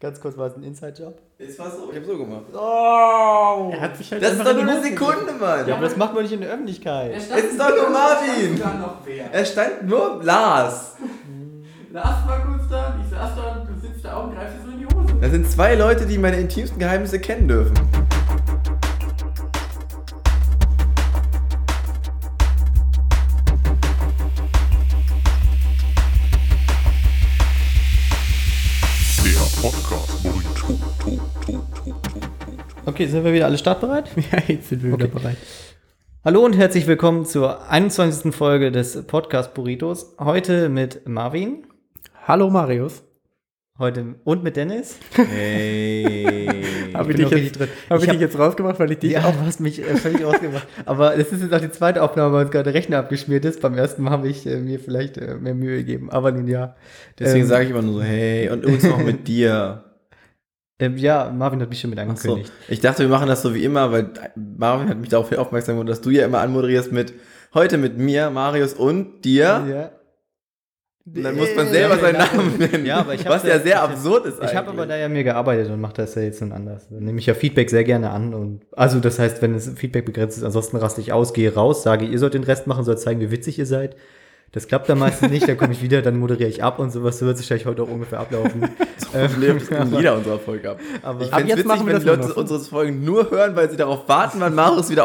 Ganz kurz, war es ein Inside-Job? Ist was so? Ich hab so gemacht. Oh! Er hat sich halt Das ist einfach doch in nur die eine Hose Sekunde, Mann. Ja, aber das macht man nicht in der Öffentlichkeit. Es ist doch nur Marvin. Da stand noch wer. Er stand nur Lars. Lars war kurz da, ich saß da und du sitzt da auch und greifst dir so in die Hose. Das sind zwei Leute, die meine intimsten Geheimnisse kennen dürfen. Der Podcast Burrito. Tu, tu, tu, tu, tu. Okay, sind wir wieder alle startbereit? Ja, jetzt sind wir wieder bereit. Hallo und herzlich willkommen zur 21. Folge des Podcast Burritos. Heute mit Marvin Hallo Marius. heute und mit Dennis. Hey. Habe bin ich, dich noch richtig jetzt- drin. hab Ich ich hab- dich jetzt rausgemacht, weil ich dich. Ja, du hast mich äh, völlig ausgemacht. Aber das ist jetzt auch die zweite Aufnahme, weil uns gerade der Rechner abgeschmiert ist. Beim ersten Mal habe ich äh, mir vielleicht äh, mehr Mühe gegeben. Aber nun ja. Deswegen Ähm, sage ich immer nur so, hey, und übrigens noch mit dir. Ähm, ja, Marvin hat mich schon mit Ach so. angekündigt. Ich dachte, wir machen das so wie immer, weil Marvin hat mich darauf aufmerksam gemacht, dass du ja immer anmoderierst mit heute mit mir, Marius und dir. Ja. Äh, Und dann muss man selber seinen Namen nennen. Ja, aber ich hab was ja da- sehr absurd ist Ich habe aber da eigentlich. ja mir gearbeitet und mache das ja jetzt nun anders. Dann nehme ich ja Feedback sehr gerne an. und Also das heißt, wenn es Feedback begrenzt ist, ansonsten raste ich aus, gehe raus, sage, ihr sollt den Rest machen, soll zeigen, wie witzig ihr seid. Das klappt dann meistens nicht, dann komme ich wieder, dann moderiere ich ab und sowas so wird sich halt heute auch ungefähr ablaufen. Ähm, das Problem ist in jeder unserer Folge ab. Aber Ich Ab fände es jetzt witzig, machen wir wenn die das nur Leute noch. unsere Folgen nur hören, weil sie darauf warten, wann Marius wieder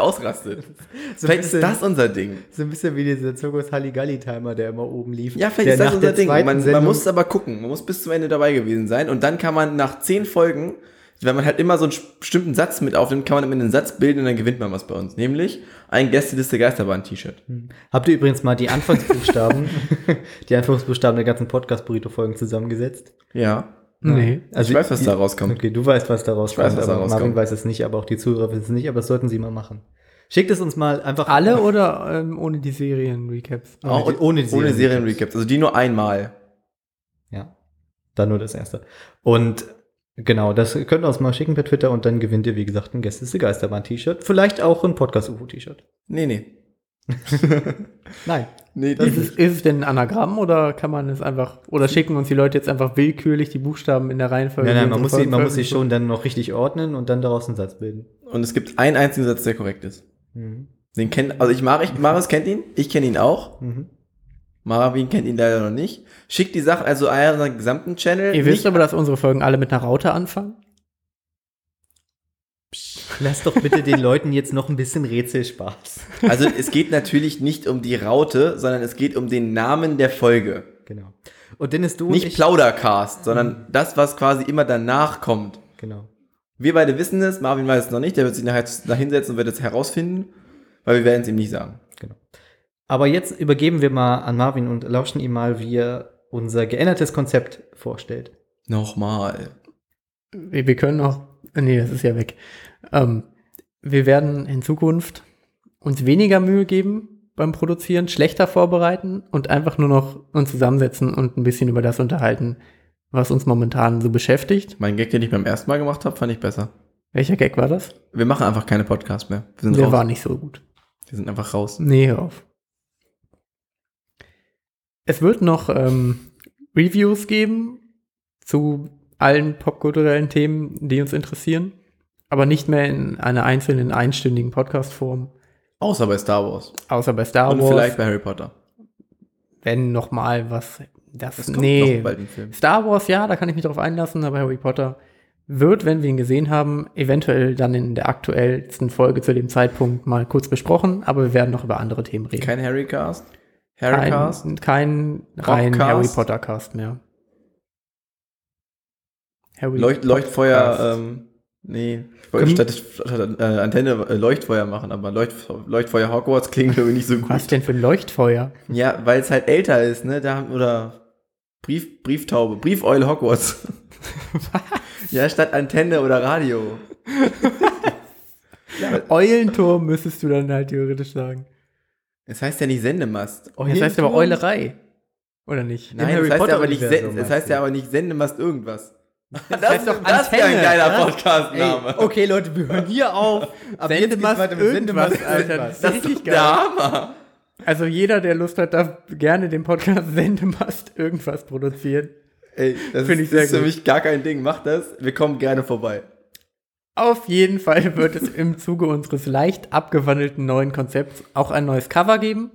ausrastet. so, ein Vielleicht ist bisschen, das unser Ding. so ein bisschen wie dieser Zirkus Halligalli-Timer, der immer oben lief. Ja, vielleicht der ist das nach unser der Ding. zweiten Man, man Sendung- muss es aber gucken. Man muss bis zum Ende dabei gewesen sein. Und dann kann man nach zehn Folgen, wenn man halt immer so einen bestimmten Satz mit aufnimmt, kann man immer einen Satz bilden und dann gewinnt man was bei uns. Nämlich ein Gästeliste Geisterbahn-T-Shirt. Hm. Habt ihr übrigens mal die Anfangsbuchstaben, die Anfangsbuchstaben der ganzen Podcast-Burrito-Folgen zusammengesetzt? Ja. nee. Also ich weiß, was ihr- da rauskommt. Okay, du weißt, was daraus Ich weiß, kommt, was da aber Marvin rauskommt. weiß es nicht, aber auch die Zuhörer wissen es nicht, aber das sollten sie mal machen. Schickt es uns mal einfach Alle oder ähm, ohne die Serien-Recaps? Ohne Auch Oh, die- ohne die ohne Serienrecaps. Serienrecaps. Also die nur einmal. Ja. Dann nur das erste. Und genau, das könnt ihr uns mal schicken per Twitter und dann gewinnt ihr, wie gesagt, ein Gäste ist Geisterbahn-T-Shirt. Vielleicht auch ein Podcast-UFO-T-Shirt. Nee, nee. Nein. Nee, Ist es, ist es denn ein Anagramm oder kann man es einfach, oder schicken uns die Leute jetzt einfach willkürlich die Buchstaben in der Reihenfolge? Nein, die nein, man unsere muss, sie, Folgen man muss sie veröffentlichen? schon dann noch richtig ordnen und dann daraus einen Satz bilden. Und es gibt einen einzigen Satz, der korrekt ist. Den kennt, also ich, Mar ich Marius kennt ihn, ich kenne ihn auch. Mhm. Marvin kennt ihn leider noch nicht. Schickt die Sachen also an unseren gesamten Channel. Ihr nicht wisst aber, dass unsere Folgen alle mit einer Raute anfangen? Lass doch bitte den Leuten jetzt noch ein bisschen Rätselspaß. Also es geht natürlich nicht um die Raute, sondern es geht um den Namen der Folge. Genau. Und Dennis, du Nicht und ich, Plaudercast, Hm. sondern das, was quasi immer danach kommt. Genau. Wir beide wissen es, Marvin weiß es noch nicht, der wird sich nachher da hinsetzen und wird es herausfinden, weil wir werden es ihm nicht sagen. Aber jetzt übergeben wir mal an Marvin und lauschen ihm mal, wie er unser geändertes Konzept vorstellt. Nochmal. Wir, wir können auch, nee, das ist ja weg. Ähm, wir werden in Zukunft uns weniger Mühe geben beim Produzieren, schlechter vorbereiten und einfach nur noch uns zusammensetzen und ein bisschen über das unterhalten, was uns momentan so beschäftigt. Mein Gag, den ich beim ersten Mal gemacht habe, fand ich besser. Welcher Gag war das? Wir machen einfach keine Podcasts mehr. Wir sind, Der raus. war nicht so gut. Wir sind einfach raus. Nee, hör auf. Es wird noch ähm, Reviews geben zu allen popkulturellen Themen, die uns interessieren, aber nicht mehr in einer einzelnen einstündigen Podcast-Form, Außer bei Star Wars. außer bei Star und Wars. vielleicht bei Harry Potter. wenn noch mal was das, Es nee. noch bald ein Film. Star Wars ja, da kann ich mich drauf einlassen, aber Harry Potter wird, wenn wir ihn gesehen haben, eventuell dann in der aktuellsten Folge zu dem Zeitpunkt mal kurz besprochen, aber wir werden noch über andere Themen reden. Kein Harrycast. Kein- Harrycast. Kein rein Podcast? Harry Potter Cast mehr. Harry Leucht, Leuchtfeuer, Podcast. ähm, nee. Ich Können- wollte statt, statt äh, Antenne äh, Leuchtfeuer machen, aber Leucht, Leuchtfeuer Hogwarts klingt irgendwie nicht so gut. Was denn für ein Leuchtfeuer? Ja, weil es halt älter ist, ne? Da haben, oder Brief, Brieftaube, Briefeule Hogwarts. ja, statt Antenne oder Radio. Eulenturm müsstest du dann halt theoretisch sagen. Es heißt ja nicht Sendemast. Das Oh, heißt aber Eulerei. Oder nicht? Nein, Harry es heißt, ja Potter aber nicht, Universum Sen- es meinst heißt ja du? aber nicht Sendemast irgendwas. Das, heißt doch das wär ein Antenne, geiler ja? Podcastname. okay, Leute, wir hören hier auf. Aber Sendemast irgendwas, Alter. irgendwas. Das Das ist ist richtig doch geil. der Hammer. Also jeder, der Lust hat, darf gerne den Podcast Sendemast irgendwas produzieren. Ey, das Finde Find ich ist, sehr ist für gut. mich gar kein Ding. Macht das. Wir kommen gerne vorbei. Auf jeden Fall wird es im Zuge unseres leicht abgewandelten neuen Konzepts auch ein neues Cover geben.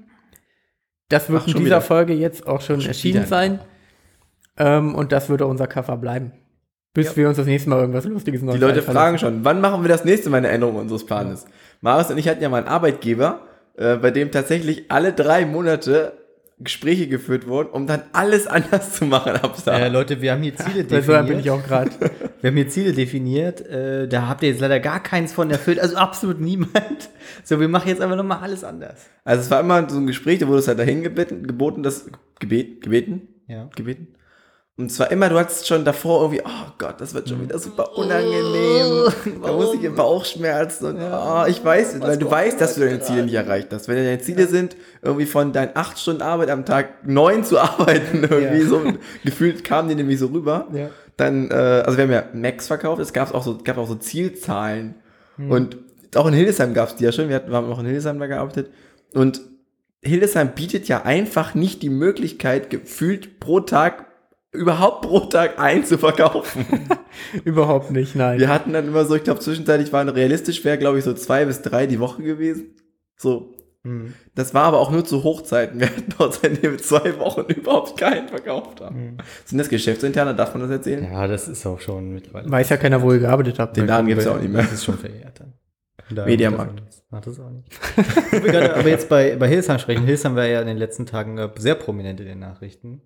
Das wird Ach, in schon dieser wieder. Folge jetzt auch schon, erschienen wieder ein sein. Ähm, und das wird auch unser Cover bleiben. Bis wir uns das nächste Mal irgendwas Lustiges Die Neues Leute einfallen fragen lassen. schon, wann machen wir das nächste Mal eine Änderung unseres Planes? Marius und ich hatten ja mal einen Arbeitgeber, äh, bei dem tatsächlich alle drei Monate Gespräche geführt wurden, um dann alles anders zu machen ab da. Äh, Leute, wir haben hier Ziele Bei definiert. so einem bin ich auch gerade. Wir haben hier Ziele definiert. Äh, da habt ihr jetzt leider gar keins von erfüllt. Also absolut niemand. So, wir machen jetzt einfach nochmal alles anders. Also es war immer so ein Gespräch, da wurde es halt dahin gebeten, geboten, das gebet, gebeten, Ja. gebeten. Und zwar immer, du hattest schon davor irgendwie, oh Gott, das wird Mhm. schon wieder super Oh, unangenehm. Da muss ich im Bauchschmerzen und oh, ich weiß, weil du weißt, dass du deine Ziele nicht erreicht hast. Wenn deine Ziele sind, irgendwie von deinen acht Stunden Arbeit am Tag neun zu arbeiten, irgendwie Ja. so gefühlt kamen die nämlich so rüber. Ja. Dann, äh, also wir haben ja Max verkauft, es gab auch so, gab auch so Zielzahlen. Und auch in Hildesheim gab es die ja schon, wir hatten, wir haben auch in Hildesheim da gearbeitet. Und Hildesheim bietet ja einfach nicht die Möglichkeit, gefühlt pro Tag, überhaupt pro Tag einzuverkaufen. Überhaupt nicht, nein. Wir hatten dann immer so, ich glaube, zwischenzeitlich waren realistisch, wäre, glaube ich, so zwei bis drei die Woche gewesen. So. Mhm. Das war aber auch nur zu Hochzeiten. Wir hatten dort seitdem wir zwei Wochen überhaupt keinen verkauft haben. Sind das geschäftsinterner? Darf man das erzählen? Ja, das ist auch schon mittlerweile. Weiß ja keiner, wo ihr gearbeitet habt. Den Laden gibt's ja auch nicht mehr. Das ist schon verjährt dann. Von daher Mediamarkt. Macht das auch nicht. Wo wir gerade aber jetzt bei, bei Hillsheim sprechen. Hillsheim war ja in den letzten Tagen äh, sehr prominent in den Nachrichten.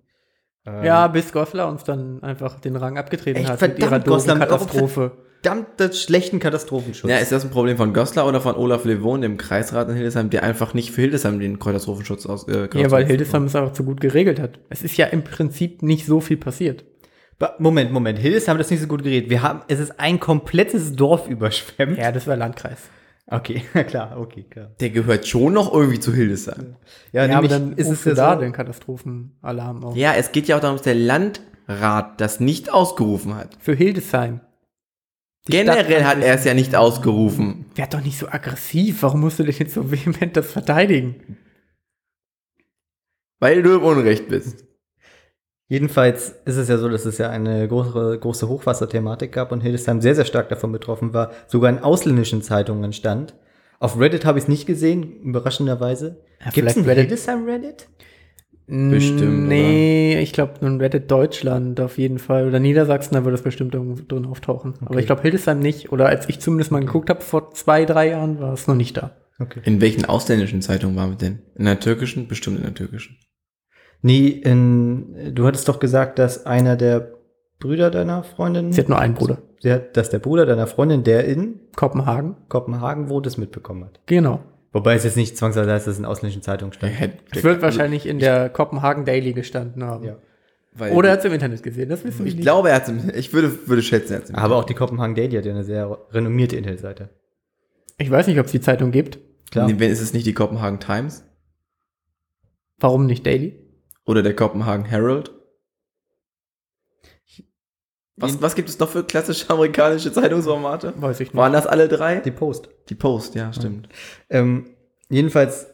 Ähm, Ja, bis Goslar uns dann einfach den Rang abgetreten Echt, hat verdammt, mit ihrer doofen Goslar, mit eurem Katastrophe. Verdammt, das schlechten Katastrophenschutz. Ja, ist das ein Problem von Gössler oder von Olaf Levon, dem Kreisrat in Hildesheim, der einfach nicht für Hildesheim den Katastrophenschutz aus... Äh, Ja, weil Katastrophen- Hildesheim es einfach zu gut geregelt hat. Es ist ja im Prinzip nicht so viel passiert. Ba- Moment, Moment. Hills haben das nicht so gut geredet. Wir haben, es ist ein komplettes Dorf Hm? überschwemmt. Ja, das war Landkreis. Okay, klar, okay, klar. Der gehört schon noch irgendwie zu Hildesheim. Ja, Ja, aber nämlich dann ist es ja da so, den Katastrophenalarm auch. Ja, es geht ja auch darum, dass der Landrat das nicht ausgerufen hat. Für Hildesheim. Generell hat er es ja nicht ausgerufen. Werd doch nicht so aggressiv. Warum musst du dich jetzt so vehement das verteidigen? Weil du im Unrecht bist. Jedenfalls ist es ja so, dass es ja eine große, große Hochwasserthematik gab und Hildesheim sehr, sehr stark davon betroffen war, sogar in ausländischen Zeitungen stand. Auf Reddit habe ich es nicht gesehen, überraschenderweise. Ja, Gibt es vielleicht ein Reddit- Hildesheim-Reddit? Bestimmt, Nee, ich glaube, nun Reddit Deutschland auf jeden Fall. Oder Niedersachsen, da würde es bestimmt irgendwo drin auftauchen. Aber Okay. ich glaube, Hildesheim nicht. Oder als ich zumindest mal geguckt habe, vor zwei, drei Jahren war es noch nicht da. Okay. In welchen ausländischen Zeitungen waren wir denn? In der türkischen? Bestimmt in der türkischen. Nee, in, du hattest doch gesagt, dass einer der Brüder deiner Freundin, Sie hat nur einen Bruder. Sie hat- dass der Bruder deiner Freundin, der in Kopenhagen. Kopenhagen wohnt, es mitbekommen hat. Genau. Wobei es jetzt nicht zwangsweise heißt, dass es in ausländischen Zeitungen stand. Es wird wahrscheinlich in der Kopenhagen Daily gestanden haben. Ja. Weil- Oder hat es im Internet gesehen, das wissen wir Ich nicht. glaube, er hat Ich würde, würde schätzen, er hat's im- Aber auch die Kopenhagen Daily hat ja eine sehr renommierte Internetseite. Ich weiß nicht, ob es die Zeitung gibt. Klar. Nee, Wenn ist es nicht die Copenhagen Times? Warum nicht Daily? Oder der Copenhagen Herald? Was, was gibt es noch für klassische amerikanische Zeitungsformate? Weiß ich nicht. Waren das alle drei? Die Post. Die Post, ja, stimmt. Ähm, jedenfalls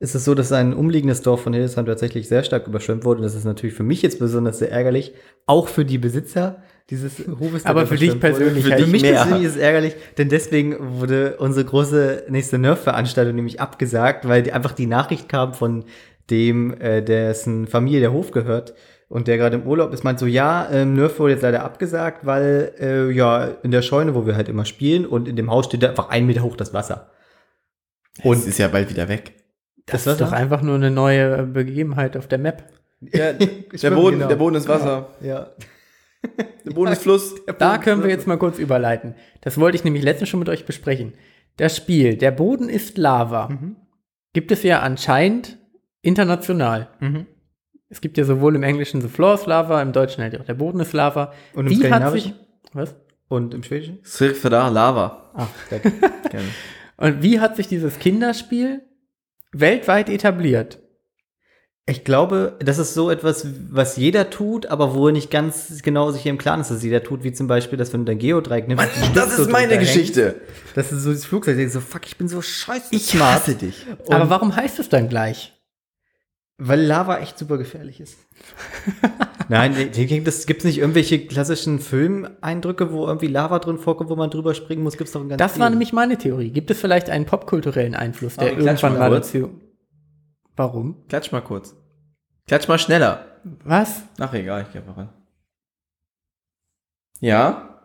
ist es so, dass ein umliegendes Dorf von Hildesheim tatsächlich sehr stark überschwemmt wurde. Und das ist natürlich für mich jetzt besonders sehr ärgerlich, auch für die Besitzer dieses Hofes. der Aber da für dich überschwemmt wurde. persönlich Für, halt mich mehr. persönlich ist es ärgerlich, denn deswegen wurde unsere große nächste Nerf-Veranstaltung nämlich abgesagt, weil die, einfach die Nachricht kam von dem, äh, dessen Familie der Hof gehört und der gerade im Urlaub ist, meint so, ja, ähm, Nerf wurde jetzt leider abgesagt, weil äh, ja, in der Scheune, wo wir halt immer spielen und in dem Haus steht da einfach ein Meter hoch das Wasser. Und es ist ja bald wieder weg. Das ist doch einfach nur eine neue äh, Begebenheit auf der Map. Ja, der, Schwimmen, Boden, genau. der Boden ist Wasser. Ja. Der Boden ist Fluss. Da können wir jetzt mal kurz überleiten. Das wollte ich nämlich letztens schon mit euch besprechen. Das Spiel, der Boden ist Lava, Mhm. gibt es ja anscheinend international. Mhm. Es gibt ja sowohl im Englischen The Floor is Lava, im Deutschen halt auch der Boden ist Lava. Und im Wie hat sich, Skandinavischen? was? Und im Schwedischen? Cirque da Lava. Ah, Gerne. Und wie hat sich dieses Kinderspiel weltweit etabliert? ich glaube, das ist so etwas, was jeder tut, aber wo er nicht ganz genau sich im Klaren ist, dass jeder tut, wie zum Beispiel, dass wenn du dein Geodreieck nimmst. einen Stift Das so ist meine drunter hängst, Geschichte. Das ist so das Flugzeug, denkst du so, fuck, ich bin so scheiße Ich hasse dich. Und- Aber warum heißt es dann gleich? Weil Lava echt super gefährlich ist. Nein, gibt es gibt's nicht irgendwelche klassischen Filmeindrücke, wo irgendwie Lava drin vorkommt, wo man drüber springen muss? Gibt's doch ein ganz Das war viel. nämlich meine Theorie. Gibt es vielleicht einen popkulturellen Einfluss, der Aber klatsch irgendwann mal mal kurz. dazu. Warum? Klatsch mal kurz. Klatsch mal schneller. Was? Ach, egal, ich geh einfach ran. Ja?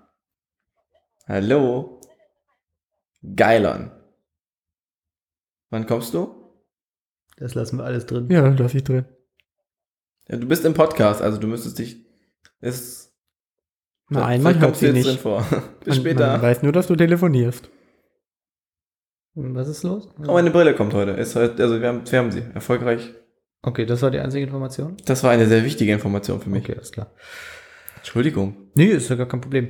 Hallo? Geilon. Wann kommst du? Das lassen wir alles drin. Ja, lass ich drin. Ja, du bist im Podcast, also du müsstest dich. Ist, Nein, vielleicht man hört kommst du sie jetzt nicht. drin vor. Bis Man- Man später. weiß nur, dass du telefonierst. Was ist los? Oh, meine Brille kommt heute. Ist heute also wir haben, wir haben sie. Erfolgreich. Okay, das war die einzige Information. Das war eine sehr wichtige Information für mich. Okay, alles klar. Entschuldigung. Nee, ist ja gar kein Problem.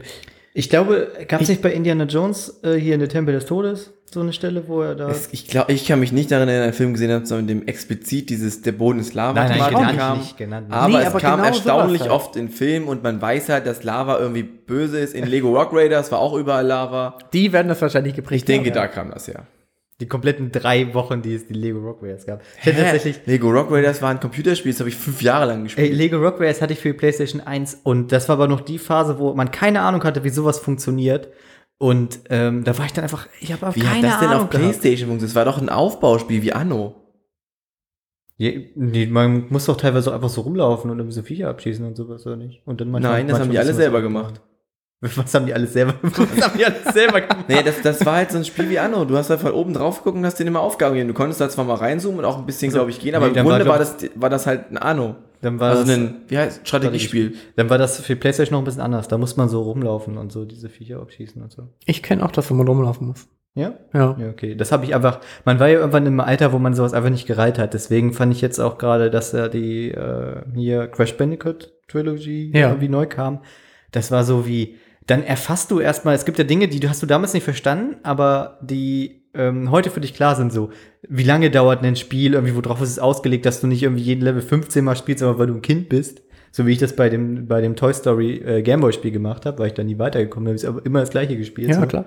Ich glaube, gab es nicht bei Indiana Jones äh, hier in der Tempel des Todes so eine Stelle, wo er da. Es, ich glaube, ich kann mich nicht daran erinnern, einen Film gesehen habe, sondern dem explizit dieses Der Boden ist Lava Thematik kam. genannt. Aber Nee, es aber kam genau sowas erstaunlich halt. oft in Filmen und man weiß halt, dass Lava irgendwie böse ist. In Lego Rock Raiders war auch überall Lava. Die werden das wahrscheinlich geprägt. Ich denke, da haben, kam das ja. die kompletten drei Wochen, die es die Lego Rock Raiders gab. Ich hätte Hä? tatsächlich. Lego Rock Raiders war ein Computerspiel, das habe ich fünf Jahre lang Ey, gespielt. Lego Rock Raiders hatte ich für die PlayStation 1 und das war aber noch die Phase, wo man keine Ahnung hatte, wie sowas funktioniert. Und ähm, da war ich dann einfach, ich habe Wie keine hat das denn Ahnung auf Playstation funktioniert? Das war doch ein Aufbauspiel wie Anno. Ja, nee, man muss doch teilweise einfach so rumlaufen und ein bisschen Viecher abschießen und sowas, oder nicht? Und dann manchmal, Nein, das haben die manchmal ein alle bisschen selber gemacht. Was Was haben die alles selber Was haben die alles selber gemacht? Nee, das, das war halt so ein Spiel wie Anno. Du hast halt von oben drauf geguckt und hast dir immer Aufgaben gegeben. Du konntest da zwar mal reinzoomen und auch ein bisschen, glaube ich, gehen, aber nee, im dann war, Grunde war, glaub das, war das halt ein Anno. Dann war, Also das, ein, wie heißt Strategiespiel. dann war das für Playstation noch ein bisschen anders. Da muss man so rumlaufen und so diese Viecher abschießen und so. Ich kenne auch das, wo man rumlaufen muss. Ja? Ja. Ja, okay. Das habe ich einfach, man war ja irgendwann im Alter, wo man sowas einfach nicht gereiht hat. Deswegen fand ich jetzt auch gerade, dass er die äh, hier Crash Bandicoot Trilogy Ja. irgendwie neu kam. Das war so wie, dann erfasst du erstmal, es gibt ja Dinge, die du hast du damals nicht verstanden, aber die ähm, heute für dich klar sind so. Wie lange dauert ein Spiel, irgendwie, worauf ist es ausgelegt, dass du nicht irgendwie jeden Level 15 mal spielst, aber weil du ein Kind bist. So wie ich das bei dem, bei dem Toy Story äh, Gameboy-Spiel gemacht habe, weil ich da nie weitergekommen bin, habe ich aber immer das gleiche gespielt. Ja, so. klar.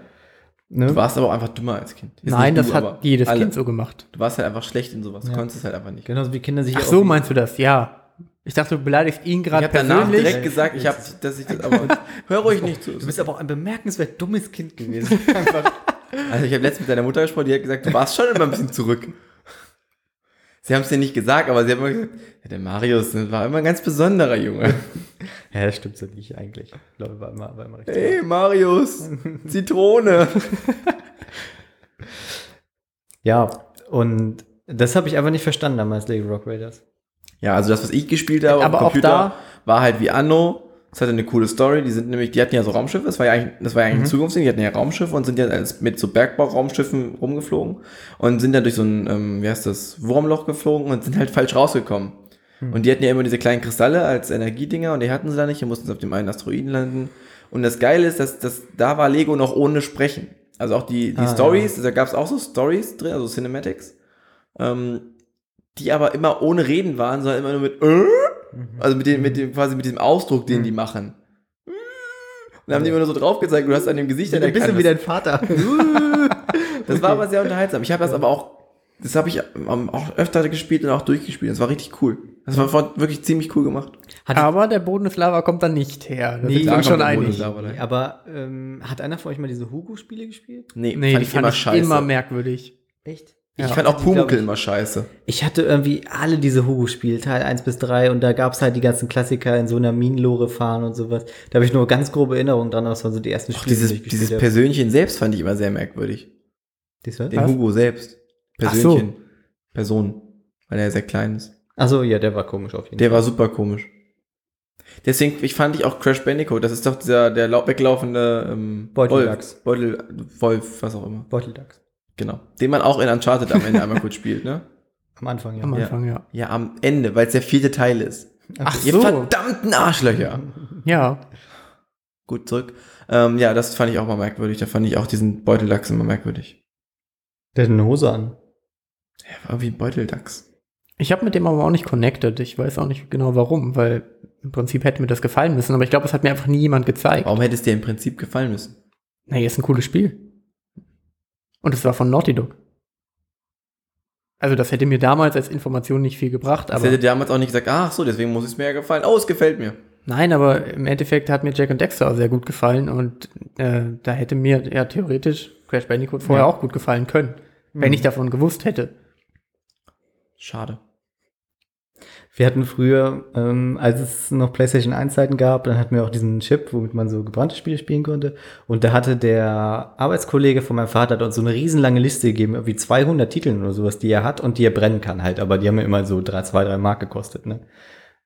Ne? Du warst aber auch einfach dümmer als Kind. Jetzt Nein, nicht das du, aber hat jedes alle. Kind so gemacht. Du warst halt einfach schlecht in sowas. Du Ja. konntest es halt einfach nicht. Genauso wie Kinder sich Ach auch so, nie- meinst du das? Ja. Ich dachte, du beleidigst ihn Ich gerade habe danach persönlich. direkt gesagt, ich habe, dass ich das aber. Hör ruhig nicht zu. Du bist aber auch ein bemerkenswert dummes Kind gewesen. Einfach. Also ich habe letztens mit deiner Mutter gesprochen, die hat gesagt, du warst schon immer ein bisschen zurück. Sie haben es dir nicht gesagt, aber sie haben immer gesagt, ja, der Marius ne, war immer ein ganz besonderer Junge. ja, das stimmt so nicht eigentlich. Ich glaube, war immer, war immer richtig. Hey Marius, Zitrone. Ja, und das habe ich einfach nicht verstanden damals, Lego Rock Raiders. Ja, also das, was ich gespielt habe Aber auch da- war halt wie Anno. Das hatte eine coole Story. Die sind nämlich, die hatten ja so Raumschiffe. Das war ja eigentlich, das war ja eigentlich ein Zukunftsding. Die hatten ja Raumschiffe und sind ja als, mit so Bergbau-Raumschiffen rumgeflogen und sind dann durch so ein, ähm, wie heißt das, Wurmloch geflogen und sind halt falsch rausgekommen. Hm. Und die hatten ja immer diese kleinen Kristalle als Energiedinger und die hatten sie da nicht. Die mussten sie auf dem einen Asteroiden landen. Und das Geile ist, dass, dass da war Lego noch ohne Sprechen. Also auch die, die Ah, Stories, da gab es auch so Stories drin, also Cinematics. Ähm, die aber immer ohne Reden waren, sondern immer nur mit, äh? Mhm. also mit dem, mit dem, quasi mit dem Ausdruck, den die machen. Und dann haben die immer nur so drauf gezeigt, du hast an dem Gesicht Ein bisschen Mhm. wie dein Vater. das, das war aber sehr unterhaltsam. Ich habe das aber auch, das habe ich ähm, auch öfter gespielt und auch durchgespielt. Das war richtig cool. Das war von- wirklich ziemlich cool gemacht. Aber der Boden des Lava kommt dann nicht her. Da Nee, sind wir da uns kommt schon der Boden einig. des Lava. aber- Aber ähm, hat einer von euch mal diese Hugo-Spiele gespielt? Nee, Nee, fand die ich immer scheiße. immer merkwürdig. Echt? ich Ja. fand auch Die, glaub Pumuckl ich- immer scheiße. Ich hatte irgendwie alle diese Hugo-Spiele, Teil 1 bis 3, und da gab es halt die ganzen Klassiker in so einer Minenlore fahren und sowas. Da habe ich nur ganz grobe Erinnerungen dran, aber das waren so die ersten Auch Spiele, dieses, ich dieses gespielt Persönchen selbst fand ich immer sehr merkwürdig. habe. Den Dieses Was? Hugo selbst. Ach so. Persönchen. Person. Weil er sehr klein ist. Achso, ja, der war komisch auf jeden Der war super komisch. Deswegen, ich fand ich auch Crash Bandicoot, das ist doch dieser, der lau- weglaufende ähm, Beuteldachs. Wolf, Beutel, Wolf, was auch immer. Beuteldachs. Genau. Den man auch in Uncharted am Ende einmal kurz spielt, ne? Am Anfang, ja. Am Anfang, ja. Ja, am Ende, weil es der vierte Teil ist. Ach Ihr so. verdammten Arschlöcher. Ja. Gut, zurück. Ähm, ja, das fand ich auch mal merkwürdig. Da fand ich auch diesen Beuteldachs immer merkwürdig. Der hat eine Hose an. Er war wie ein Beuteldachs. Ich habe mit dem aber auch nicht connected. Ich weiß auch nicht genau warum, weil im Prinzip hätte mir das gefallen müssen, aber ich glaube, es hat mir einfach nie jemand gezeigt. Warum hätte es dir im Prinzip gefallen müssen? Naja, ist ein cooles Spiel. Und es war von Naughty Dog. Also das hätte mir damals als Information nicht viel gebracht, Das aber hätte damals auch nicht gesagt, ach so, deswegen muss es mir ja gefallen. Oh, es gefällt mir. nein, aber im Endeffekt hat mir Jack und Dexter auch sehr gut gefallen und äh, da hätte mir ja theoretisch Crash Bandicoot vorher auch gut gefallen können, wenn ich davon gewusst hätte. Schade. Wir hatten früher, ähm, als es noch PlayStation 1-Zeiten gab, dann hatten wir auch diesen Chip, womit man so gebrannte Spiele spielen konnte. Und da hatte der Arbeitskollege von meinem Vater hat uns so eine riesenlange Liste gegeben, irgendwie 200 Titeln oder sowas, die er hat und die er brennen kann halt. Aber die haben ja immer so drei, zwei, drei Mark gekostet, ne?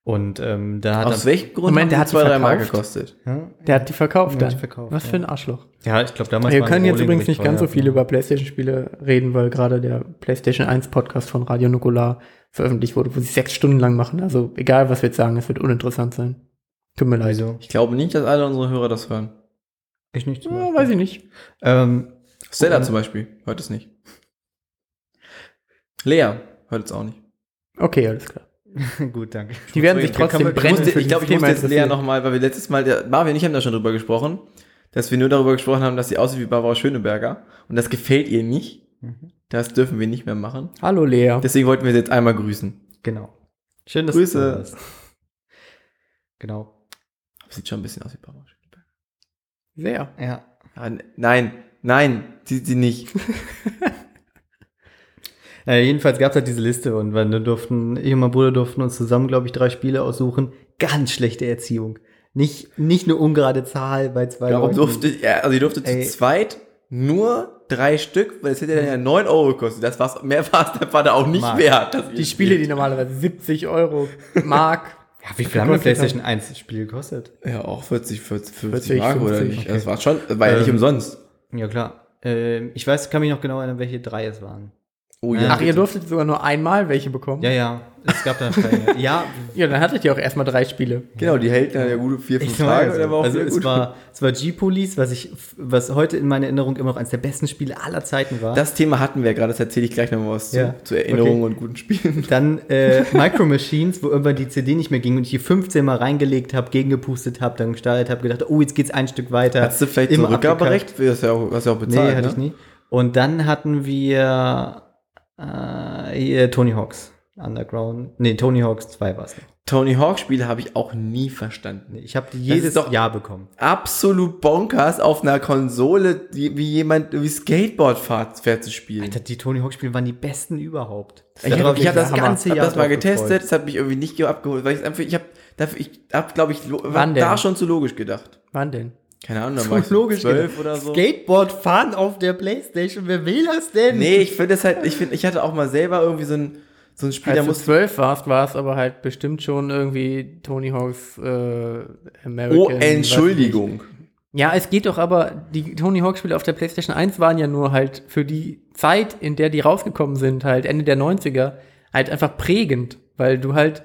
Und ähm, da hat Hm? Aus welchem Grund Ah, Moment, der hat die zwei, drei Mark verkauft? gekostet? ja, Der hat die verkauft Ja, dann. die verkauft, Was ja. für ein Arschloch. ja, ich glaube damals Wir waren können jetzt Rohlinge übrigens recht nicht ganz so teuer. viel über PlayStation-Spiele reden, weil gerade der PlayStation 1 Podcast von Radio Nukular veröffentlicht wurde, wo sie sechs Stunden lang machen. Also egal, was wir jetzt sagen, es wird uninteressant sein. Tut mir leid. Also, Ich glaube nicht, dass alle unsere Hörer das hören. ich nicht. Ja, weiß ich nicht. Ähm, Stella Oder? zum Beispiel hört es nicht. Lea hört es auch nicht. Okay, alles klar. gut, danke. Die werden sich Entschuldigung, trotzdem kann man- Ich brennen. musste, für ich glaube, ich musste dieses Thema jetzt Lea interessieren. nochmal, weil wir letztes Mal, der, Marvin und ich haben da schon drüber gesprochen, dass wir nur darüber gesprochen haben, dass sie aussieht wie Barbara Schöneberger und das gefällt ihr nicht. Mhm. Das dürfen wir nicht mehr machen. Hallo Lea. Deswegen wollten wir sie jetzt einmal grüßen. Genau. Schön, dass Grüße. da warst. Genau. Sieht schon ein bisschen aus wie Barbara Schöneberger. Sehr. Ja. Ah, n- Nein, nein, sieht sie nicht. Naja, jedenfalls gab es halt diese Liste und wir durften, ich und mein Bruder durften uns zusammen, glaube ich, drei Spiele aussuchen. Ganz schlechte Erziehung. Nicht, nicht eine ungerade Zahl bei zwei Warum Leuten. durfte, ja, also sie durfte Ey. zu zweit nur drei Stück, weil es hätte dann ja Mhm. 9 Euro gekostet. Das war's, mehr war es der Vater auch nicht Mann. wert. dass ihr Die Spiele, die spielt. normalerweise 70 Euro Mark. Ja, wie viel haben wir PlayStation 1 Spiel gekostet? Ja, auch 40, 40, 50 40, Mark oder 50, nicht. okay. Das war schon, war ja nicht Ähm, umsonst. Ja, klar. Ähm, ich weiß, kann mich noch genau erinnern, welche drei es waren. Oh ja. Ach, ihr durftet sogar nur einmal welche bekommen? Ja, ja. Es gab da keine. ja, Ja, dann hattet ihr auch erstmal drei Spiele. Genau, die hält dann ja gute vier, fünf ich sag Tage. mal der so. auch Also sehr es gut. war, es war G-Police, was ich, was heute in meiner Erinnerung immer noch eines der besten Spiele aller Zeiten war. das Thema hatten wir ja gerade, das erzähle ich gleich nochmal was Ja. zu, zu Erinnerungen Okay. und guten Spielen. Dann äh, Micro Machines, wo irgendwann die CD nicht mehr ging und ich die 15 Mal reingelegt habe, gegengepustet habe, dann gestartet habe, gedacht, oh, jetzt geht's ein Stück weiter. Hattest du vielleicht so Immer Rückgaberecht? Du hast ja auch, hast ja auch abgekackt. Nee, bezahlt. hatte ne? ich nie. Und dann hatten wir äh, hier Tony Hawks Underground. Nee, Tony Hawks 2 war es. Tony Hawk Spiele habe ich auch nie verstanden. Ich habe die jedes ist doch- Jahr bekommen. Absolut bonkers auf einer Konsole, die, wie jemand wie Skateboard fährt, fährt zu spielen. Alter, die Tony Hawks Spiele waren die besten überhaupt. Ich habe ich hab das ganze Jahr das mal drauf gefreut. getestet, es hat mich irgendwie nicht ge- abgeholt, weil ich einfach, ich habe dafür, ich habe, glaube ich, lo- Wann da denn? schon zu logisch gedacht. Wann denn? Keine Ahnung, dann So war ich logisch, zwölf genau. oder so. Skateboard fahren auf der Playstation, wer will das denn? Nee, ich finde das halt, ich finde, ich hatte auch mal selber irgendwie so ein, so ein Spiel, da Als du musst zwölf warst, war es aber halt bestimmt schon irgendwie Tony Hawks äh, American. Oh, weiß Entschuldigung. ich nicht. Ja, es geht doch aber, die Tony Hawk Spiele auf der PlayStation 1 waren ja nur halt für die Zeit, in der die rausgekommen sind, halt Ende der 90er, halt einfach prägend, weil du halt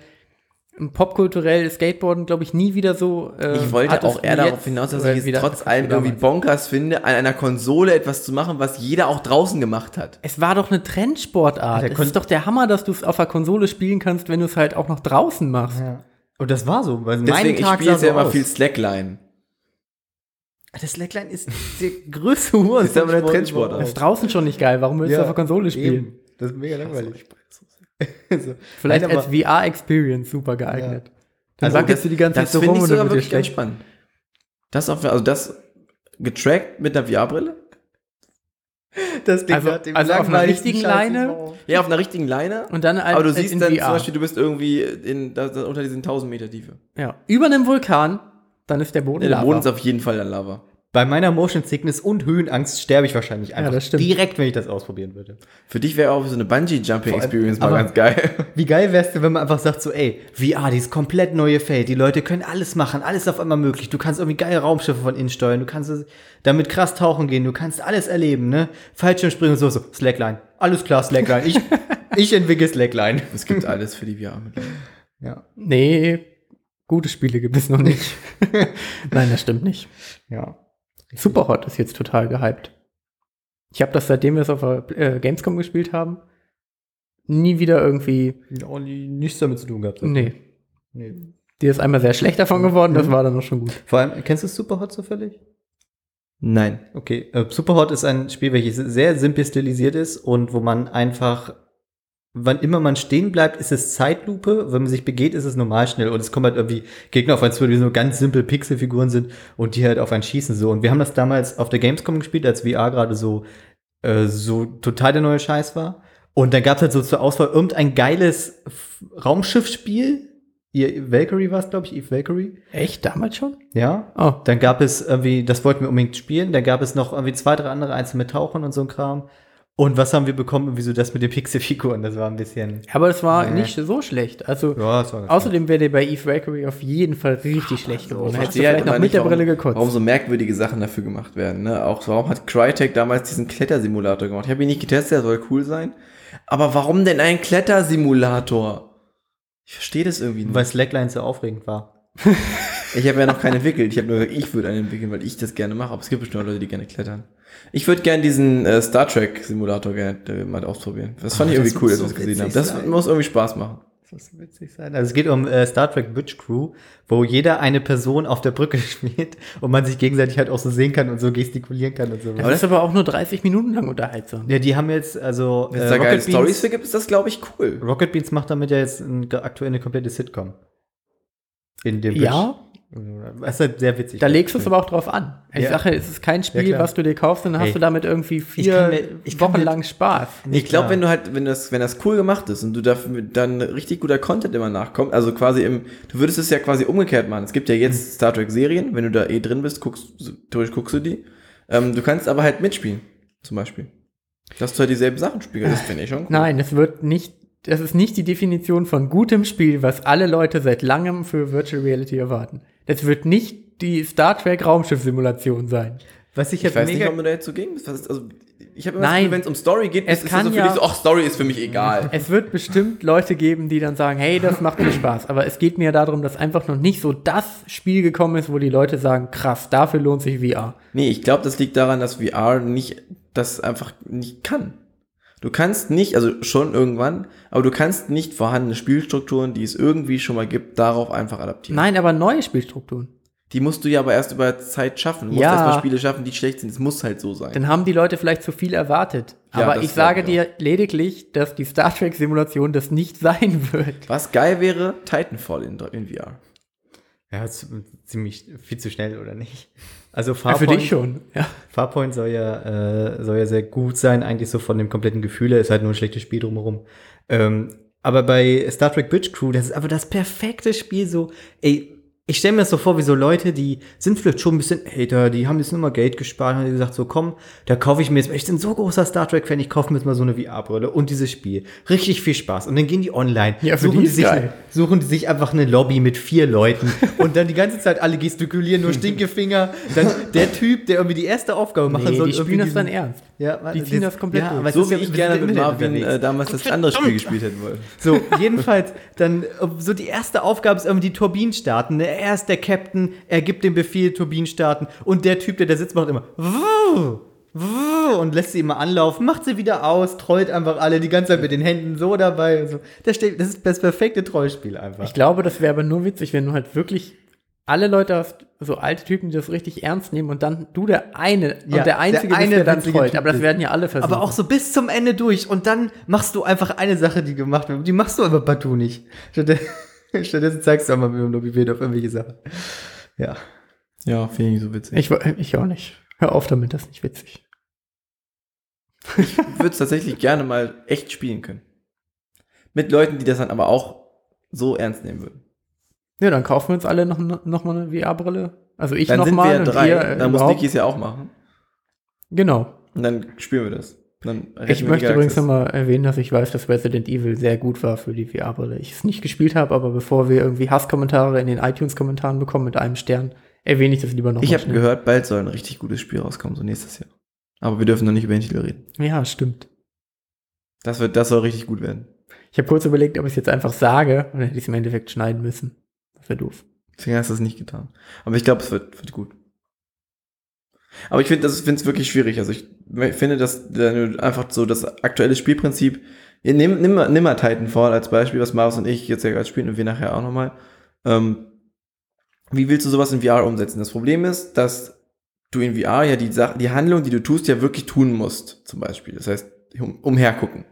im popkulturell Skateboarden, glaube ich, nie wieder so. äh, Ich wollte hattest auch eher wie darauf jetzt, hinaus, dass oder ich wie es da- trotz allem wie damals. irgendwie bonkers finde, an einer Konsole etwas zu machen, was jeder auch draußen gemacht hat. Es war doch eine Trendsportart. Alter, Es kon- ist doch der Hammer, dass du es auf der Konsole spielen kannst, wenn du es halt auch noch draußen machst. Ja. Und das war so. Weil mein Deswegen, ich Tag spiele sah jetzt ja so immer aus. viel Slackline. Das Slackline ist die größte Uhr. Ist aber eine Trendsportart. Das ist draußen schon nicht geil. Warum willst du auf der Konsole spielen? Das ist mega langweilig. so. Vielleicht Nein, aber- als VR-Experience super geeignet. Dann Also wackelst das- du die ganze Zeit das so finde rum ich und dann sogar wird dir wirklich ganz schlecht. spannend. Das auf, also das getrackt mit einer VR-Brille? Das Ding Also- hat den also auf einer langweiligsten richtigen Scheiß Leine? überhaupt. Ja, auf einer richtigen Leine. Und dann als, aber du als siehst in dann VR. zum Beispiel, du bist irgendwie in, da, da, unter diesen 1000 Meter Tiefe. ja. über einem Vulkan, dann ist der Boden Nee, der Lava. Boden ist auf jeden Fall dann Lava. Bei meiner Motion Sickness und Höhenangst sterbe ich wahrscheinlich einfach das stimmt. direkt, wenn ich das ausprobieren würde. Für dich wäre auch so eine Bungee-Jumping-Experience mal aber- ganz geil. Wie geil wär's denn, wenn man einfach sagt so, ey, VR, dieses komplett neue Feld, die Leute können alles machen, alles auf einmal möglich. Du kannst irgendwie geile Raumschiffe von innen steuern, du kannst damit krass tauchen gehen, du kannst alles erleben, ne? Fallschirmspringen und so, so, Slackline. Alles klar, Slackline. Ich, ich entwickle Slackline. Es gibt alles für die VR. Ja, nee, gute Spiele gibt es noch nicht. Nein, das stimmt nicht. ja. Superhot ist jetzt total gehypt. Ich habe das, seitdem wir es auf der äh, Gamescom gespielt haben, nie wieder irgendwie. Auch nie- nichts damit zu tun gehabt. Nee. Nee. Dir ist einmal sehr schlecht davon geworden, Mhm. das war dann auch schon gut. Vor allem, kennst du Superhot zufällig? Nein. Okay, äh, Superhot ist ein Spiel, welches sehr simpel stilisiert ist und wo man einfach wann immer man stehen bleibt, ist es Zeitlupe. Wenn man sich begeht, ist es normal schnell. Und es kommen halt irgendwie Gegner auf einen zu, die so ganz simpel Pixelfiguren sind und die halt auf einen schießen so. Und wir haben das damals auf der Gamescom gespielt, als VR gerade so, äh, so total der neue Scheiß war. Und dann gab es halt so zur Auswahl irgendein geiles F- Raumschiffspiel. Ihr Valkyrie war es, glaube ich, Eve Valkyrie. Echt? Damals schon? Ja. Oh. Dann gab es irgendwie, das wollten wir unbedingt spielen, dann gab es noch irgendwie zwei, drei andere, eins mit Tauchen und so ein Kram. Und was haben wir bekommen? Irgendwie so das mit den Pixelfiguren, das war ein bisschen. Aber das war Nee. nicht so schlecht. Also, Ja, das war ganz außerdem wäre der bei Eve Valkyrie auf jeden Fall richtig schlecht geworden. Hättest verstehe du vielleicht halt noch immer mit der nicht, Brille warum- gekotzt. Warum so merkwürdige Sachen dafür gemacht werden. Ne? Auch warum hat Crytek damals diesen Klettersimulator gemacht? Ich habe ihn nicht getestet, der soll cool sein. Aber warum denn ein Klettersimulator? Ich verstehe das irgendwie cool. nicht. Weil Slackline so aufregend war. Ich habe ja noch keinen entwickelt. Ich habe nur gesagt, ich würde einen entwickeln, weil ich das gerne mache. Aber es gibt bestimmt auch Leute, die gerne klettern. Ich würde gerne diesen äh, Star Trek Simulator gerne äh, mal ausprobieren. Das fand Ah, ich irgendwie das cool, muss dass so wir das gesehen haben. witzig Das sein. muss irgendwie Spaß machen. Das muss witzig sein. Also es geht um äh, Star Trek Bridge Crew, wo jeder eine Person auf der Brücke spielt und man sich gegenseitig halt auch so sehen kann und so gestikulieren kann und so. das ist aber auch nur 30 Minuten lang unterhaltsam. Ja, die haben jetzt, also Äh, Wenn es da geile Stories Beans, für gibt, ist das, glaube ich, cool. Rocket Beans macht damit ja jetzt ein, aktuell eine komplette Sitcom. In dem Ja, Bridge. Das ist halt sehr witzig. da legst du es aber auch drauf an. Ich Ja. sage, es ist kein Spiel, klar. was du dir kaufst, und dann hast Ey. du damit irgendwie vier kann mir- ich kann Wochen mir- lang Spaß. Ich glaube, klar. wenn du halt, wenn das, wenn das cool gemacht ist und du dafür dann richtig guter Content immer nachkommt, also quasi im, du würdest es ja quasi umgekehrt machen. Es gibt ja Hm. jetzt Star Trek Serien, wenn du da eh drin bist, guckst, theoretisch guckst du die. Ähm, du kannst aber halt mitspielen, zum Beispiel. Dass du halt dieselben Sachen spielst, das finde ich schon cool. Nein, es wird nicht, das ist nicht die Definition von gutem Spiel, was alle Leute seit langem für Virtual Reality erwarten. Das wird nicht die Star Trek Raumschiffsimulation sein. Was ich Ich jetzt weiß nicht, mega warum du da jetzt so gegen bist. Was ist, also, ich habe immer Nein. wenn es um Story geht, Es ist kann das so ja- für dich so, ach, Story ist für mich egal. Es wird bestimmt Leute geben, die dann sagen, hey, das macht mir Spaß. Aber es geht mir darum, dass einfach noch nicht so das Spiel gekommen ist, wo die Leute sagen, krass, dafür lohnt sich VR. Nee, ich glaube, das liegt daran, dass VR nicht, das einfach nicht kann. Du kannst nicht, also schon irgendwann, aber du kannst nicht vorhandene Spielstrukturen, die es irgendwie schon mal gibt, darauf einfach adaptieren. Nein, aber neue Spielstrukturen. Die musst du ja aber erst über Zeit schaffen. Du musst Ja. Genau. erst mal Spiele schaffen, die schlecht sind. Es muss halt so sein. Dann haben die Leute vielleicht zu viel erwartet. Ja, aber das ich sage glaub ich dir lediglich, dass die Star Trek Simulation das nicht sein wird. Was geil wäre, Titanfall in, in VR. Ja, z- ziemlich viel zu schnell, oder nicht? Also Ja, Farpoint, für dich schon. Ja. Farpoint soll ja, äh, soll ja sehr gut sein, eigentlich so von dem kompletten Gefühl her, ist halt nur ein schlechtes Spiel drumherum. Ähm, aber bei Star Trek Bridge Crew, das ist aber das perfekte Spiel, so, ey, ich stelle mir das so vor, wie so Leute, die sind vielleicht schon ein bisschen älter, die haben jetzt nur mal Geld gespart und haben gesagt, so komm, da kaufe ich mir jetzt, ich bin so großer Star Trek-Fan, ich kaufe mir jetzt mal so eine VR-Brille und dieses Spiel. Richtig viel Spaß. Und dann gehen die online, Ja, für die ist sich geil. suchen die sich einfach eine Lobby mit vier Leuten und dann die ganze Zeit alle gestikulieren, nur Stinkefinger. Dann der Typ, der irgendwie die erste Aufgabe machen Nee, soll. die spielen das irgendwie dann ernst. diesen- Ja, die ziehen das komplett ja, durch. aber es So ist wie ja- ich wir gerne sind mit im Internet Marvin äh, unterwegs. damals das andere Spiel gespielt hätten wollen. So, jedenfalls, dann äh, so die erste Aufgabe ist irgendwie die Turbinen starten. ne? Er ist der Captain, er gibt den Befehl, Turbinen starten. Und der Typ, der da sitzt, macht immer wuh, wuh, und lässt sie immer anlaufen, macht sie wieder aus, trollt einfach alle die ganze Zeit mit den Händen so dabei. Und so. Das, steht, das ist das perfekte Trollspiel einfach. Ich glaube, das wäre aber nur witzig, wenn du halt wirklich alle Leute hast, so alte Typen, die das richtig ernst nehmen und dann du der eine Ja, und der der Einzige eine bist, der dann witzige trollt. Typ Aber das bist. werden ja alle versuchen. Aber auch so bis zum Ende durch. Und dann machst du einfach eine Sache, die gemacht wird. Die machst du aber partout nicht. Stattdessen, stattdessen zeigst du einmal mit dem Lobbybild auf irgendwelche Sachen. Ja. Ja, finde ich so witzig. ich, wo- ich auch nicht. Hör auf damit, das ist nicht witzig. würde es tatsächlich gerne mal echt spielen können. Mit Leuten, die das dann aber auch so ernst nehmen würden. Ja, dann kaufen wir uns alle noch, noch mal eine VR-Brille. Also ich Dann sind wir ja nochmal drei. dann muss äh, überhaupt. Niki es ja auch machen. Genau. Und dann spielen wir das. Dann Ich retten wir die möchte übrigens Galaxis. nochmal erwähnen, dass ich weiß, dass Resident Evil sehr gut war für die VR-Brille. Ich es nicht gespielt habe, aber bevor wir irgendwie Hasskommentare in den iTunes-Kommentaren bekommen mit einem Stern, erwähne ich das lieber noch. Ich mal habe schnell. gehört, bald soll ein richtig gutes Spiel rauskommen, so nächstes Jahr. Aber wir dürfen noch nicht über den Titel reden. Ja, stimmt. Das, wird, das soll richtig gut werden. Ich habe kurz überlegt, ob ich es jetzt einfach sage und hätte ich es im Endeffekt schneiden müssen. Das wäre doof. Deswegen hast du es nicht getan. Aber ich glaube, es wird, wird gut. Aber ich finde es wirklich schwierig. Also ich me- finde, dass äh, einfach so das aktuelle Spielprinzip, Ja, nimm, nimm, mal- nimm mal Titanfall als Beispiel, was Marius und ich jetzt ja gerade spielen und wir nachher auch nochmal. Ähm, wie willst du sowas in VR umsetzen? Das Problem ist, dass du in VR ja die, Sach die Handlung, die du tust, ja wirklich tun musst, zum Beispiel. Das heißt, um, umhergucken.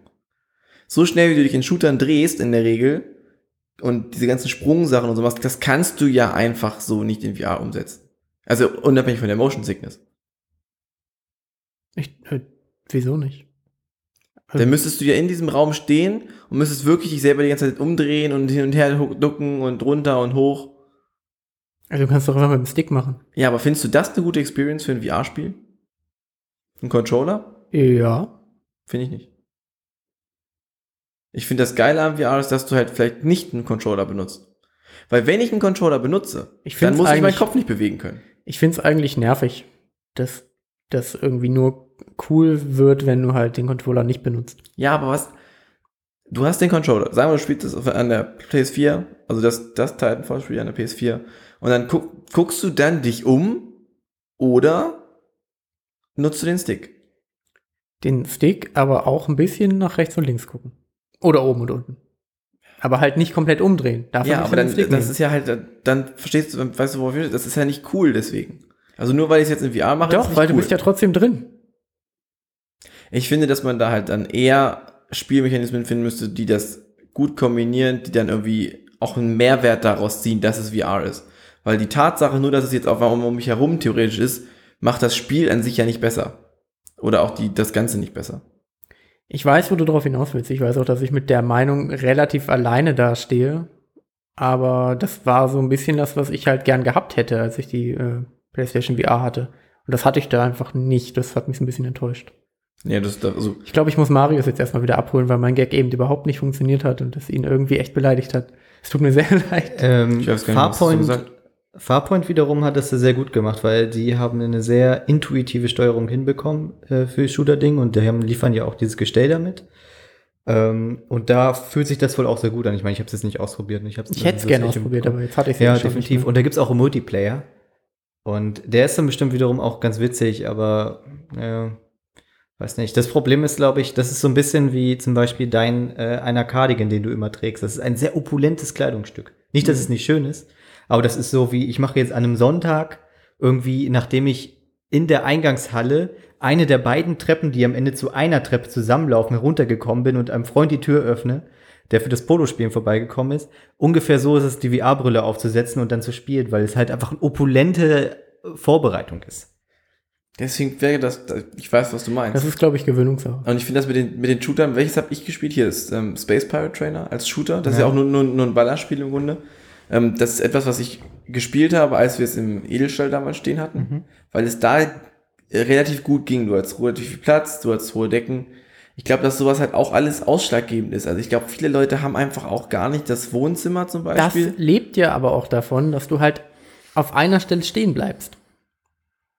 so schnell, wie du dich in Shootern drehst in der Regel und diese ganzen Sprungsachen und sowas, das kannst du ja einfach so nicht in VR umsetzen. Also unabhängig von der Motion Sickness. Ich, äh, wieso nicht? Mhm. Dann müsstest du ja in diesem Raum stehen und müsstest wirklich dich selber die ganze Zeit umdrehen und hin und her hu- ducken und runter und hoch. Also du kannst doch einfach mit dem Stick machen. Ja, aber findest du das eine gute Experience für ein VR-Spiel? Ein Controller? Ja. Finde ich nicht. Ich finde das Geile am VR ist, dass du halt vielleicht nicht einen Controller benutzt. Weil wenn ich einen Controller benutze, Ich dann find's muss ich meinen eigentlich- Kopf nicht bewegen können. Ich find's eigentlich nervig, dass das irgendwie nur cool wird, wenn du halt den Controller nicht benutzt. Ja, aber was? Du hast den Controller. Sagen wir, du spielst das auf- an der PS4, also das, das Titanfall spiel an der PS4. Und dann guck, guckst du dann dich um oder nutzt du den Stick. Den Stick aber auch ein bisschen nach rechts und links gucken. Oder oben und unten. Aber halt nicht komplett umdrehen. Dafür ja, muss aber man dann, den Stick das nehmen. ist ja halt, dann verstehst du, weißt du, worauf ich will? Das ist ja nicht cool deswegen. Also nur weil ich es jetzt in VR mache, ist Doch, nicht weil du cool. bist ja trotzdem drin. Ich finde, dass man da halt dann eher Spielmechanismen finden müsste, die das gut kombinieren, die dann irgendwie auch einen Mehrwert daraus ziehen, dass es VR ist. Weil die Tatsache nur, dass es jetzt auf einmal um mich herum theoretisch ist, macht das Spiel an sich ja nicht besser. Oder auch die, das Ganze nicht besser. Ich weiß, wo du drauf hinaus willst. Ich weiß auch, dass ich mit der Meinung relativ alleine dastehe. Aber das war so ein bisschen das, was ich halt gern gehabt hätte, als ich die äh, PlayStation VR hatte. Und das hatte ich da einfach nicht. Das hat mich so ein bisschen enttäuscht. Ja, das, das also, Ich glaube, ich muss Marius jetzt erstmal wieder abholen, weil mein Gag eben überhaupt nicht funktioniert hat und das ihn irgendwie echt beleidigt hat. Es tut mir sehr leid. Ähm, Ich weiß gar nicht, was du Farpoint, gesagt Farpoint wiederum hat das sehr gut gemacht, weil die haben eine sehr intuitive Steuerung hinbekommen äh, für Shooter-Ding und die haben, liefern ja auch dieses Gestell damit. Ähm, und da fühlt sich das wohl auch sehr gut an. Ich meine, ich habe es jetzt nicht ausprobiert. und Ich, hab's- Ich hätte es das gerne nicht ne? ausprobiert, hinbekommen. aber jetzt hatte ich es Ja, definitiv. Und da gibt's auch einen Multiplayer. Und der ist dann bestimmt wiederum auch ganz witzig, aber äh, weiß nicht. Das Problem ist, glaube ich, das ist so ein bisschen wie zum Beispiel dein äh, einer Cardigan, den du immer trägst. Das ist ein sehr opulentes Kleidungsstück. Nicht, dass es nicht schön ist, aber das ist so wie, ich mache jetzt an einem Sonntag irgendwie, nachdem ich in der Eingangshalle eine der beiden Treppen, die am Ende zu einer Treppe zusammenlaufen, heruntergekommen bin und einem Freund die Tür öffne, der für das Polospielen vorbeigekommen ist. Ungefähr so ist es, die VR-Brille aufzusetzen und dann zu spielen, weil es halt einfach eine opulente Vorbereitung ist. Deswegen wäre das, das- ich weiß, was du meinst. Das ist, glaube ich, Gewöhnungssache. Und ich finde das mit den, mit den Shootern, welches habe ich gespielt? Hier ist ähm, Space Pirate Trainer als Shooter. Das ist ja Ja. auch nur, nur, nur ein Ballerspiel im Grunde. Ähm, das ist etwas, was ich gespielt habe, als wir es im Edelstall damals stehen hatten, Mhm. weil es da äh, relativ gut ging. Du hattest relativ viel Platz, du hattest hohe Decken. Ich glaube, dass sowas halt auch alles ausschlaggebend ist. Also ich glaube, viele Leute haben einfach auch gar nicht das Wohnzimmer zum Das Beispiel. lebt ja aber auch davon, dass du halt auf einer Stelle stehen bleibst.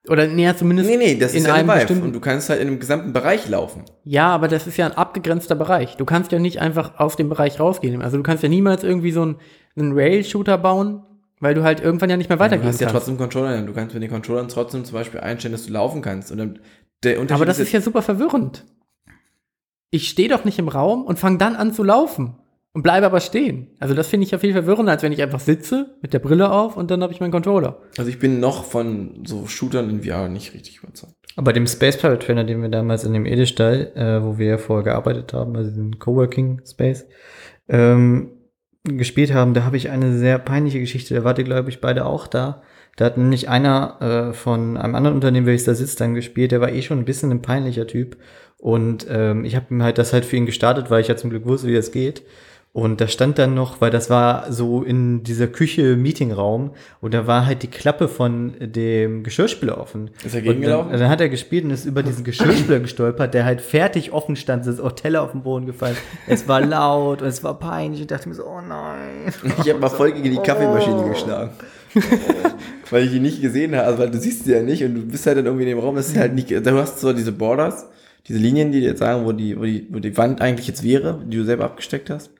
Oder näher zumindest nee, nee, das in ist ja ein einem Vibe. bestimmten. Und du kannst halt in einem gesamten Bereich laufen. ja, aber das ist ja ein abgegrenzter Bereich. Du kannst ja nicht einfach aus dem Bereich rausgehen. Also du kannst ja niemals irgendwie so einen, einen Rail-Shooter bauen, weil du halt irgendwann ja nicht mehr Du weitergehen hast ja kannst. trotzdem Controller. dann. Du kannst mit den Controllern trotzdem zum Beispiel einstellen, dass du laufen kannst. Und dann, der Unterschied aber das jetzt- ist ja super verwirrend. Ich stehe doch nicht im Raum und fange dann an zu laufen und bleibe aber stehen. Also das finde ich ja viel verwirrender, als wenn ich einfach sitze mit der Brille auf und dann habe ich meinen Controller. Also ich bin noch von so Shootern in VR nicht richtig überzeugt. Aber dem Space Pirate Trainer, den wir damals in dem Edelstall, äh, wo wir ja vorher gearbeitet haben, also den Coworking Space, ähm, gespielt haben, da habe ich eine sehr peinliche Geschichte. Da wart ihr, glaube ich, beide auch da. Da hat nämlich einer äh, von einem anderen Unternehmen, welches da sitzt, dann gespielt. Der war eh schon ein bisschen ein peinlicher Typ. Und ähm, ich habe ihm halt das halt für ihn gestartet, weil ich ja zum Glück wusste, wie das geht. Und da stand dann noch, weil das war so in dieser Küche Meetingraum und da war halt die Klappe von dem Geschirrspüler offen. Ist er Und gegengelaufen? dann, dann hat er gespielt und ist über diesen Geschirrspüler gestolpert, der halt fertig offen stand, sind auch Teller auf den Boden gefallen. Es war laut und es war peinlich. Ich dachte mir so, oh nein. Ich habe mal voll gegen die Kaffeemaschine geschlagen. weil ich ihn nicht gesehen habe. Also weil du siehst sie ja nicht und du bist halt dann irgendwie in dem Raum. Das ist halt nicht. Du hast zwar diese Borders, diese Linien, die dir jetzt sagen, wo die, wo die, wo die Wand eigentlich jetzt wäre, die du selber abgesteckt hast.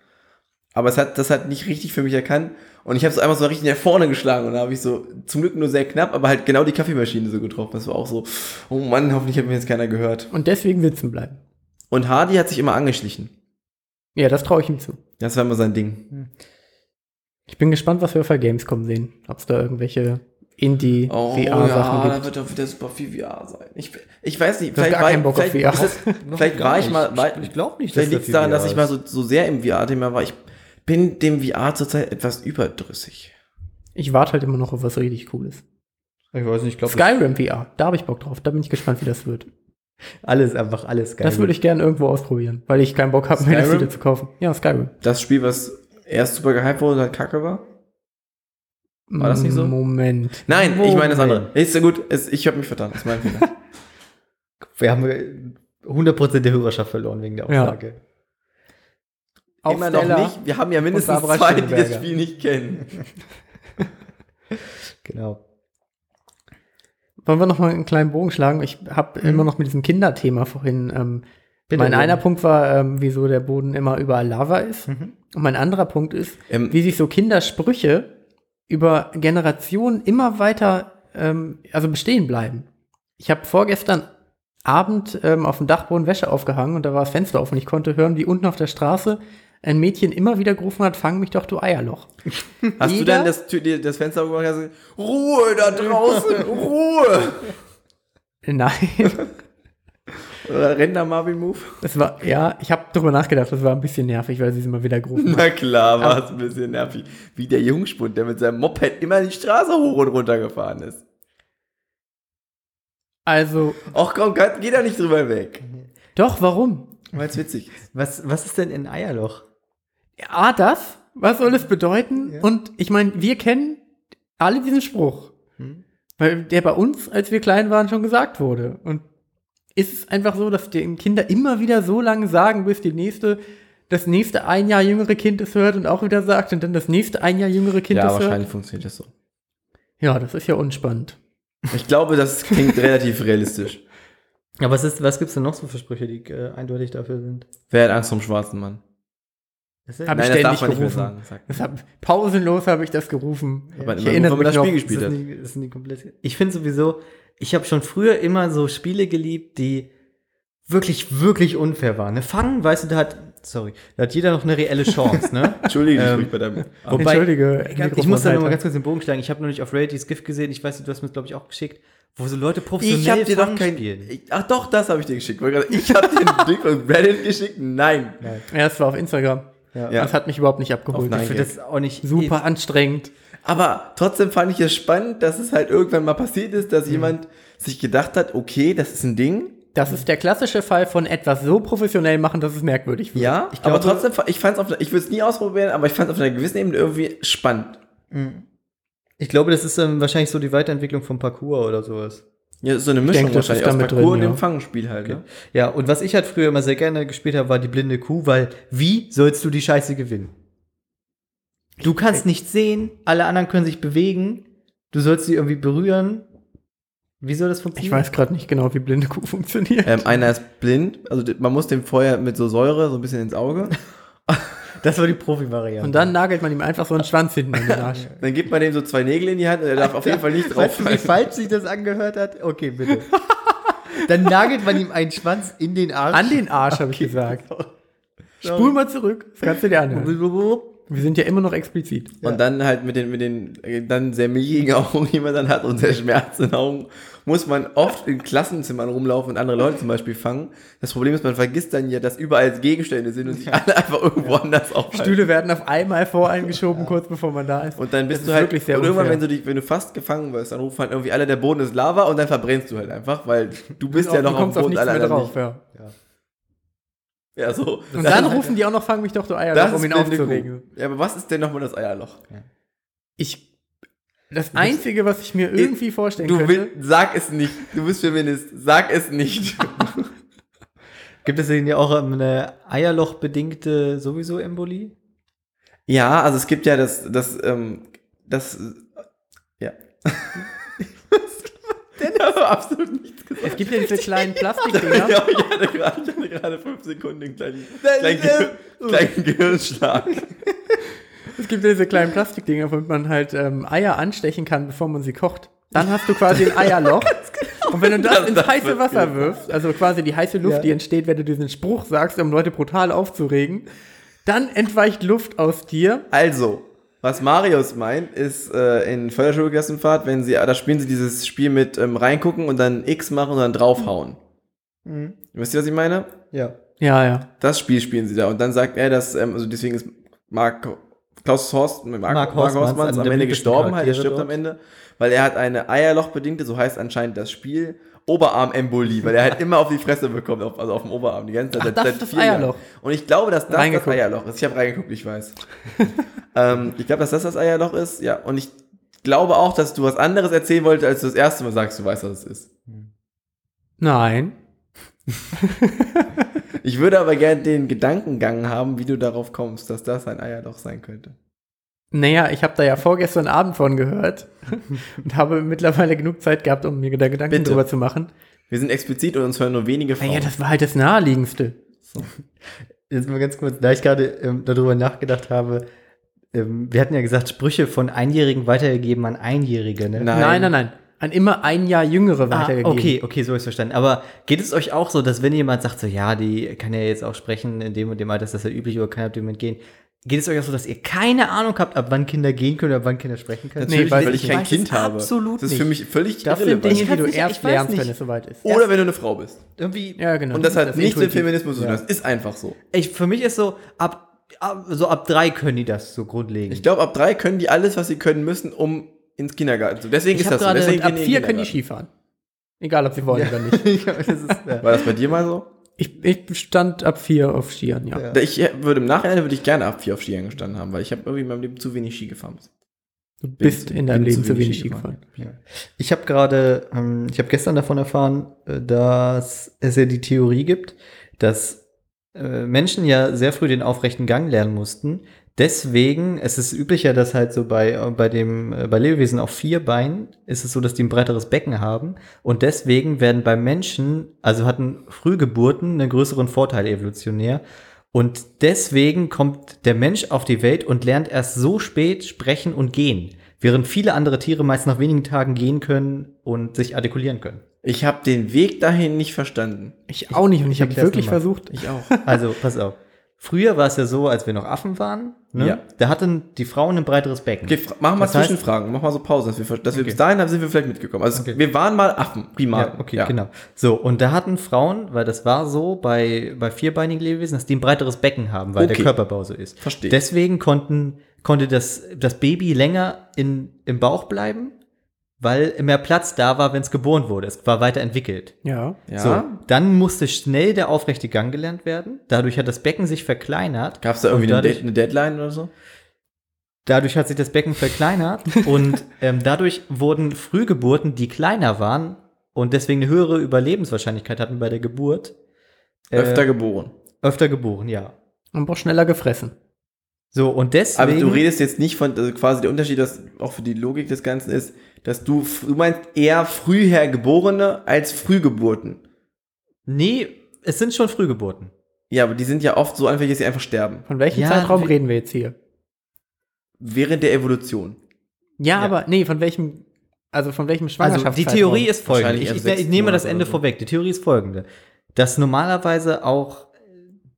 Aber es hat, das hat nicht richtig für mich erkannt. Und ich habe es einfach so richtig nach vorne geschlagen und da habe ich so, zum Glück nur sehr knapp, aber halt genau die Kaffeemaschine so getroffen. Das war auch so, oh Mann, hoffentlich hat mir jetzt keiner gehört. Und deswegen sitzen bleiben. Und Hardy hat sich immer angeschlichen. Ja, das traue ich ihm zu. Das war immer sein Ding. Ich bin gespannt, was wir auf der Gamescom sehen. Ob es da irgendwelche Oh Indie-VR-Sachen ja, da gibt. wird doch wieder super viel VR sein. Ich, ich weiß nicht, Du hast gar war, keinen Bock auf vielleicht, VR. ist das, vielleicht war ich mal, war, Ich glaube nicht, vielleicht da liegt es viel daran, VR dass ich ist. mal so, so sehr im VR-Thema war. Ich bin dem VR zurzeit etwas überdrüssig. Ich warte halt immer noch auf was richtig Cooles. Ich weiß nicht, ich glaube. Skyrim VR, da habe ich Bock drauf. Da bin ich gespannt, wie das wird. Alles, einfach alles geil. Das würde ich gerne irgendwo ausprobieren, weil ich keinen Bock habe, mir das Skyrim? wieder zu kaufen. Ja, Skyrim. Das Spiel, was erst super gehypt wurde und dann kacke war? War das nicht so? Moment. Nein, ich meine das Moment. andere. Ist ja gut, ist, ich habe mich vertan. Das ist mein Fehler. Wir haben äh, 100% der Hörerschaft verloren wegen der Ja. Aussage. Immer noch Aufsteller. nicht. Wir haben ja mindestens Barbara zwei, die das Schöneberger. Spiel nicht kennen. Genau. Wollen wir noch mal einen kleinen Bogen schlagen? Ich habe immer noch mit diesem Kinderthema vorhin. Ähm, Mhm. Bitte, mein ja. einer Punkt war, ähm, wieso der Boden immer überall Lava ist. Mhm. Und mein anderer Punkt ist, Ähm, wie sich so Kindersprüche über Generationen immer weiter ähm, also bestehen bleiben. Ich habe vorgestern Abend ähm, auf dem Dachboden Wäsche aufgehangen und da war das Fenster offen. Ich konnte hören, wie unten auf der Straße ein Mädchen immer wieder gerufen hat, fang mich doch, du Eierloch. Hast du Jeder- dann das, Tür- dir das Fenster aufgemacht und gesagt, Ruhe da draußen, Ruhe! Nein, Oder renn da Marvin Move? das war, ja, ich habe drüber nachgedacht, das war ein bisschen nervig, weil sie es immer wieder gerufen hat. Na klar, war es ein bisschen nervig. Wie der Jungspund, der mit seinem Moped immer die Straße hoch und runter gefahren ist. Also, Och komm, kann- geh da nicht drüber weg. doch, warum? Weil's witzig ist. Was, was ist denn ein Eierloch? A, das, was soll es bedeuten? Ja. Und ich meine, wir kennen alle diesen Spruch, Hm? weil der bei uns, als wir klein waren, schon gesagt wurde. Und ist es einfach so, dass die Kinder immer wieder so lange sagen, bis die nächste, das nächste ein Jahr jüngere Kind es hört und auch wieder sagt und dann das nächste ein Jahr jüngere Kind es hört? funktioniert das so. Ja, das ist ja unspannend. Ich glaube, das klingt relativ realistisch. Aber was, ist- was gibt es denn noch so für Sprüche, die äh, eindeutig dafür sind? Wer hat Angst vom schwarzen Mann? Das ist Hab ich das ständig darf man nicht mehr gerufen. sagen. Sagt Das hab, pausenlos habe ich das gerufen. Hat man Ich immer erinnere gerufen, wenn man mich das Spiel gespielt noch. Das hat. ist nie, das ist nie komplett. Ich finde sowieso, ich habe schon früher immer so Spiele geliebt, die wirklich, wirklich unfair waren. Ne? Fangen, weißt du, da hat, sorry, da hat jeder noch eine reelle Chance, ne? Entschuldige dich Ähm, ruhig bei deinem. Wobei- Entschuldige, Ich, ich muss da nochmal Mikrofonhalter. ganz kurz den Bogen schlagen. Ich habe noch nicht auf Reddit dieses GIF gesehen. Ich weiß nicht, du hast mir glaube ich, auch geschickt, wo so Leute professionell Ich hab dir doch Fang kein. spielen. Ich, ach doch, das habe ich dir geschickt. Wollte gerade- Ich habe dir einen Link von Reddit geschickt. Nein. Ja, das war auf Instagram. Ja. Das hat mich überhaupt nicht Auf abgeholt. Nein Ich Ich find finde das auch nicht Super anstrengend. Aber trotzdem fand ich es spannend, dass es halt irgendwann mal passiert ist, dass jemand sich gedacht hat, okay, das ist ein Ding. Das ist der klassische Fall von etwas so professionell machen, dass es merkwürdig wird. Ja, Ich glaube- aber trotzdem, fa- ich fand's auf, ich würde es nie ausprobieren, aber ich fand es auf einer gewissen Ebene irgendwie spannend. Mm. Ich glaube, das ist ähm, wahrscheinlich so die Weiterentwicklung vom Parcours oder sowas. Ja, so eine Mischung denke, das ist wahrscheinlich aus damit Parcours drin, und ja. dem Fangspiel halt. Ne? Ja, und was ich halt früher immer sehr gerne gespielt habe, war die blinde Kuh, weil wie sollst du die Scheiße gewinnen? Du kannst nicht sehen, alle anderen können sich bewegen, du sollst sie irgendwie berühren. Wie soll das Ich funktionieren? weiß gerade nicht genau, wie blinde Kuh funktioniert. Ähm, einer ist blind, also d- man muss dem Feuer mit so Säure so ein bisschen ins Auge. Das war die Profi-Variante. Und dann nagelt man ihm einfach so einen Schwanz hinten in den Arsch. Dann gibt man dem so zwei Nägel in die Hand und er darf auf jeden Fall nicht drauf Weißt du, wie falsch sich das angehört hat? Okay, bitte. dann nagelt man ihm einen Schwanz in den Arsch. An den Arsch, habe ich gesagt. Spul mal zurück. Das kannst du dir anhören. Wir sind ja immer noch explizit. Und dann halt mit den, mit den äh, dann sehr milchigen Augen, die man dann hat und sehr schmerzenden Augen, muss man oft in Klassenzimmern rumlaufen und andere Leute zum Beispiel fangen. Das Problem ist, man vergisst dann ja, dass überall Gegenstände sind und sich alle einfach irgendwo anders aufhalten. Stühle werden auf einmal voreingeschoben, kurz bevor man da ist. Und dann bist Das du ist halt, wirklich sehr und irgendwann, unfair. wenn du, dich, wenn du fast gefangen wirst, dann rufen halt irgendwie alle, der Boden ist Lava und dann verbrennst du halt einfach, weil du bist ja du noch auf kommst dem auf Boden, nichts alle mehr anderen drauf. nicht. Ja. Ja, so. Und Das dann ist- rufen die auch noch, fang mich doch, du Eier, das um ist ihn blinde aufzuregen. Kuh. Ja, aber was ist denn nochmal das Eierloch? Ich, das Einzige, was ich mir irgendwie vorstellen Du könnte... willst, sag es nicht. Du bist Feminist. Sag es nicht. Gibt es denn ja auch ähm, eine Eierloch-bedingte sowieso Embolie? Ja, also es gibt ja das, das, ähm, das, äh, ja. Denn das war absolut nichts gesagt. Es gibt ja diese kleinen Plastikdinger. Ja, ich hatte gerade, ich hatte gerade fünf Sekunden einen kleinen, kleinen, Gehir kleinen Gehirnschlag. Es gibt ja diese kleinen Plastikdinger, womit man halt ähm, Eier anstechen kann, bevor man sie kocht. Dann hast du quasi ein Eierloch. Und wenn du genau. das Das- ins das heiße wird Wasser gut. wirfst, also quasi die heiße Luft, Ja. die entsteht, wenn du diesen Spruch sagst, um Leute brutal aufzuregen, dann entweicht Luft aus dir Also, Was Marius meint, ist äh, in Förderschulklassenfahrt, wenn sie, da spielen sie dieses Spiel mit ähm, reingucken und dann X machen und dann draufhauen. Mhm. Wisst ihr, was ich meine? Ja. Ja, ja. Das Spiel spielen sie da und dann sagt er, dass, ähm, also deswegen ist Mark, Klaus Horst, Mark, Mark Mark Horstmanns, Horstmanns, einer am der Ende beliebtesten gestorben, halt, er Charaktere stirbt am dort. Ende, weil er hat eine Eierlochbedingte, so heißt anscheinend das Spiel, Oberarmembolie, weil er halt immer auf die Fresse bekommt, auf, also auf dem Oberarm, die ganze Zeit. Ach, das ist das Eierloch. Jahren. Und ich glaube, dass das das Reingeguckt. Eierloch ist. Ich habe reingeguckt, ich weiß. ähm, ich glaube, dass das das Eierloch ist, ja. Und ich glaube auch, dass du was anderes erzählen wolltest, als du das erste Mal sagst, du weißt, was es ist. Nein. Ich würde aber gerne den Gedankengang haben, wie du darauf kommst, dass das ein Eierloch sein könnte. Naja, ich habe da ja vorgestern Abend von gehört und habe mittlerweile genug Zeit gehabt, um mir da Gedanken Bitte. drüber zu machen. Wir sind explizit und uns hören nur wenige Frauen. Naja, das war halt das Naheliegendste. Jetzt mal ganz kurz, da ich gerade ähm, darüber nachgedacht habe, ähm, wir hatten ja gesagt, Sprüche von Einjährigen weitergegeben an Einjährige, ne? Nein. Nein, nein, nein. An immer ein Jahr Jüngere Ah, weitergegeben. okay, okay, so ist verstanden. Aber geht es euch auch so, dass wenn jemand sagt, so ja, die kann ja jetzt auch sprechen in dem und dem Alter, ist das ja üblich oder kann ab dem Moment gehen, geht es euch auch so, dass ihr keine Ahnung habt, ab wann Kinder gehen können, ab wann Kinder sprechen können? Natürlich, Nee, weiß weil ich ich kein nicht. Kind Weiß es habe. absolut Das ist für nicht. mich völlig Das sind irrelevant. Dinge, die kann's du nicht- erst ich weiß lernst, nicht. wenn es soweit ist. Oder wenn du eine Frau bist. Irgendwie, Ja, genau. Und das hat nichts mit intuitiv. Feminismus zu tun. Ja. Das ist einfach so. ich, für mich ist so, ab, ab, so ab drei können die das so grundlegend. Ich glaube, ab drei können die alles, was sie können müssen, um ins Kindergarten zu. Deswegen Ich ist habe das so. gerade, Deswegen und ab gehen die in vier den können die Kindergarten. Skifahren. Egal, ob sie wollen oder nicht. das ist, ja. War das bei dir mal so? Ich, ich stand ab vier auf Skiern, ja. Ja. Ich würde im Nachhinein würde ich gerne ab vier auf Skiern gestanden haben, weil ich habe irgendwie in meinem Leben zu wenig Ski gefahren. Du bist in deinem Leben zu wenig Ski gefahren. Ja. Ich habe gerade, ähm, ich habe gestern davon erfahren, äh, dass es ja die Theorie gibt, dass äh, Menschen ja sehr früh den aufrechten Gang lernen mussten. Deswegen, es ist üblicher, dass halt so bei, äh, bei dem, äh, bei Lebewesen auf vier Beinen ist es so, dass die ein breiteres Becken haben. Und deswegen werden bei Menschen, also hatten Frühgeburten einen größeren Vorteil evolutionär. Und deswegen kommt der Mensch auf die Welt und lernt erst so spät sprechen und gehen, während viele andere Tiere meist nach wenigen Tagen gehen können und sich artikulieren können. Ich habe den Weg dahin nicht verstanden. Ich auch nicht und ich habe erklär's wirklich nochmal. versucht. Ich auch. Also, pass auf. Früher war es ja so, als wir noch Affen waren, ne? Ja. da hatten die Frauen ein breiteres Becken. Okay, fra- mach mal Das heißt- Zwischenfragen, mach mal so Pausen, dass wir, ver- dass wir Okay. bis dahin sind wir vielleicht mitgekommen. Also Okay. wir waren mal Affen, Primaten. ja, okay, genau. So, und da hatten Frauen, weil das war so bei, bei vierbeinigen Lebewesen, dass die ein breiteres Becken haben, weil Okay. der Körperbau so ist. Verstehe. Deswegen konnten, konnte das, das Baby länger in, im Bauch bleiben, weil mehr Platz da war, wenn es geboren wurde. Es war weiterentwickelt. Ja. ja. So, dann musste schnell der aufrechte Gang gelernt werden. Dadurch hat das Becken sich verkleinert. Gab es da Und irgendwie eine, dadurch- Dead- eine Deadline oder so? Dadurch hat sich das Becken verkleinert und ähm, dadurch wurden Frühgeburten, die kleiner waren und deswegen eine höhere Überlebenswahrscheinlichkeit hatten bei der Geburt, äh, Öfter geboren. öfter geboren, ja. Und auch schneller gefressen. So, und deswegen. Aber du redest jetzt nicht von, also quasi der Unterschied, dass auch für die Logik des Ganzen ist, dass du, f- du meinst eher früher Geborene als Frühgeburten. Nee, es sind schon Frühgeburten. Ja, aber die sind ja oft so anfällig, dass sie einfach sterben. Von welchem Ja, Zeitraum wie- reden wir jetzt hier? Während der Evolution. Ja, Ja. aber nee, von welchem, also von welchem Also Schwangerschaftszeitraum? die Theorie ist folgende. Wahrscheinlich Ich, erst ich, sechs ich nehme das Monate Ende oder so. vorweg. Die Theorie ist folgende. Dass normalerweise auch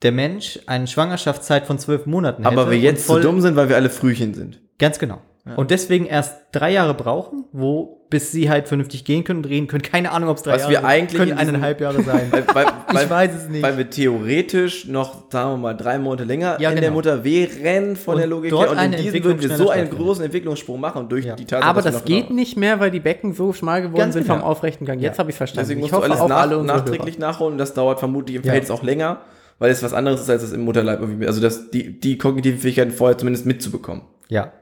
der Mensch eine Schwangerschaftszeit von zwölf Monaten hätte. aber wir und jetzt so voll- dumm sind, weil wir alle Frühchen sind. Ganz genau. Und deswegen erst drei Jahre brauchen, wo bis sie halt vernünftig gehen können und reden können. Keine Ahnung, ob es drei Was Jahre wir sind. eigentlich in können diesem- eineinhalb Jahre sein. Weil, weil, weil, weiß es nicht. Weil wir theoretisch noch, sagen wir mal, drei Monate länger Ja, in genau. der Mutter wären von Und der Logik dort her. Und eine in diesem Entwicklung würden wir so schneller einen stattfindet. großen Entwicklungssprung machen durch Ja. die Tatsache, aber dass wir das noch geht genau- nicht mehr, weil die Becken so schmal geworden Ganz sind vom genau. aufrechten Gang. Jetzt Ja. habe ich verstanden. Deswegen Ähm, ich musst du hoffe alles auch nach, alle unsere nachträglich Hörer. nachholen. Das dauert vermutlich im Ja. Verhältnis auch länger, weil es was anderes ist, als es im Mutterleib irgendwie, also das, die, die kognitiven Fähigkeiten vorher zumindest mitzubekommen. ja,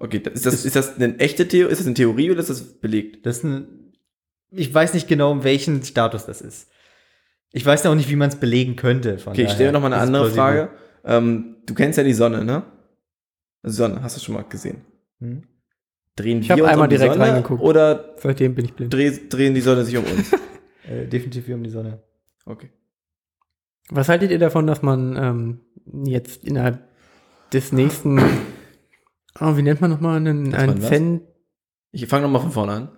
Okay, das- ist das, ist das eine echte Theorie, ist das eine Theorie oder ist das belegt? das ist ein, ich weiß nicht genau, um welchen Status das ist. Ich weiß auch nicht, wie man es belegen könnte. Von Okay, ich daher stelle nochmal eine ist es andere plausibel. Frage. Ähm, du kennst ja die Sonne, ne? Also Sonne, hast du schon mal gesehen. Hm? Drehen Ich hab uns um einmal die direkt Sonne reingeguckt. Oder Seitdem bin ich blind. dreh, drehen die Sonne sich um uns? Äh, definitiv wie um die Sonne. Okay. Was haltet ihr davon, dass man ähm, jetzt innerhalb des nächsten, oh, wie nennt man nochmal einen, Dass einen Ah. man was? Zen, Ich fange nochmal von vorne an.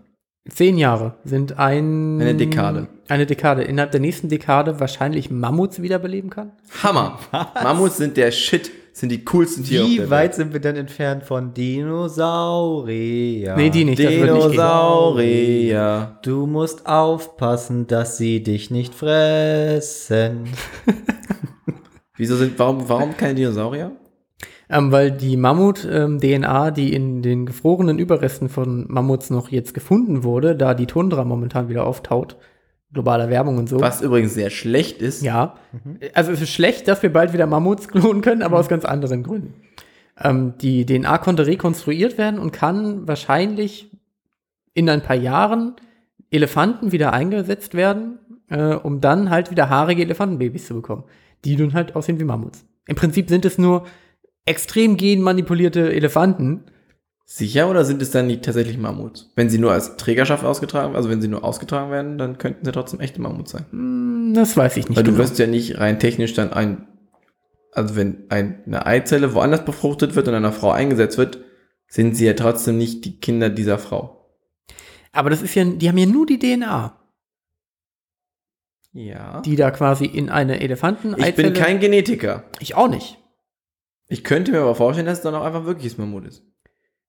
zehn Jahre sind ein... Eine Dekade. Eine Dekade. Innerhalb der nächsten Dekade wahrscheinlich Mammuts wiederbeleben kann? Hammer! Mammuts sind der Shit. sind die coolsten Tiere. auf Wie der weit Welt. sind wir denn entfernt von Dinosaurier? Nee, die nicht. das wird nicht gehen. Dinosaurier. Du musst aufpassen, dass sie dich nicht fressen. Wieso sind, warum, warum keine Dinosaurier? Ähm, weil die ähm, Mammut-DNA, die in den gefrorenen Überresten von Mammuts noch jetzt gefunden wurde, da die Tundra momentan wieder auftaut, globaler Werbung und so. Was übrigens sehr schlecht ist. Ja. Also es ist schlecht, dass wir bald wieder Mammuts klonen können, Mhm. aber aus ganz anderen Gründen. Ähm, die DNA konnte rekonstruiert werden und kann wahrscheinlich in ein paar Jahren Elefanten wieder eingesetzt werden, äh, um dann halt wieder haarige Elefantenbabys zu bekommen, die nun halt aussehen wie Mammuts. Im Prinzip sind es nur extrem genmanipulierte Elefanten. Sicher oder sind es dann die tatsächlich Mammuts? Wenn sie nur als Trägerschaft ausgetragen, also wenn sie nur ausgetragen werden, dann könnten sie trotzdem echte Mammuts sein. Hm, Das weiß ich nicht. Weil du genau. wirst ja nicht rein technisch dann ein, also wenn ein, eine Eizelle woanders befruchtet wird und einer Frau eingesetzt wird, sind sie ja trotzdem nicht die Kinder dieser Frau. aber das ist ja, die haben ja nur die DNA, Ja. die da quasi in eine Elefanten. ich bin kein Genetiker. Ich auch nicht. Ich könnte mir aber vorstellen, dass es dann auch einfach wirkliches Mammut ist.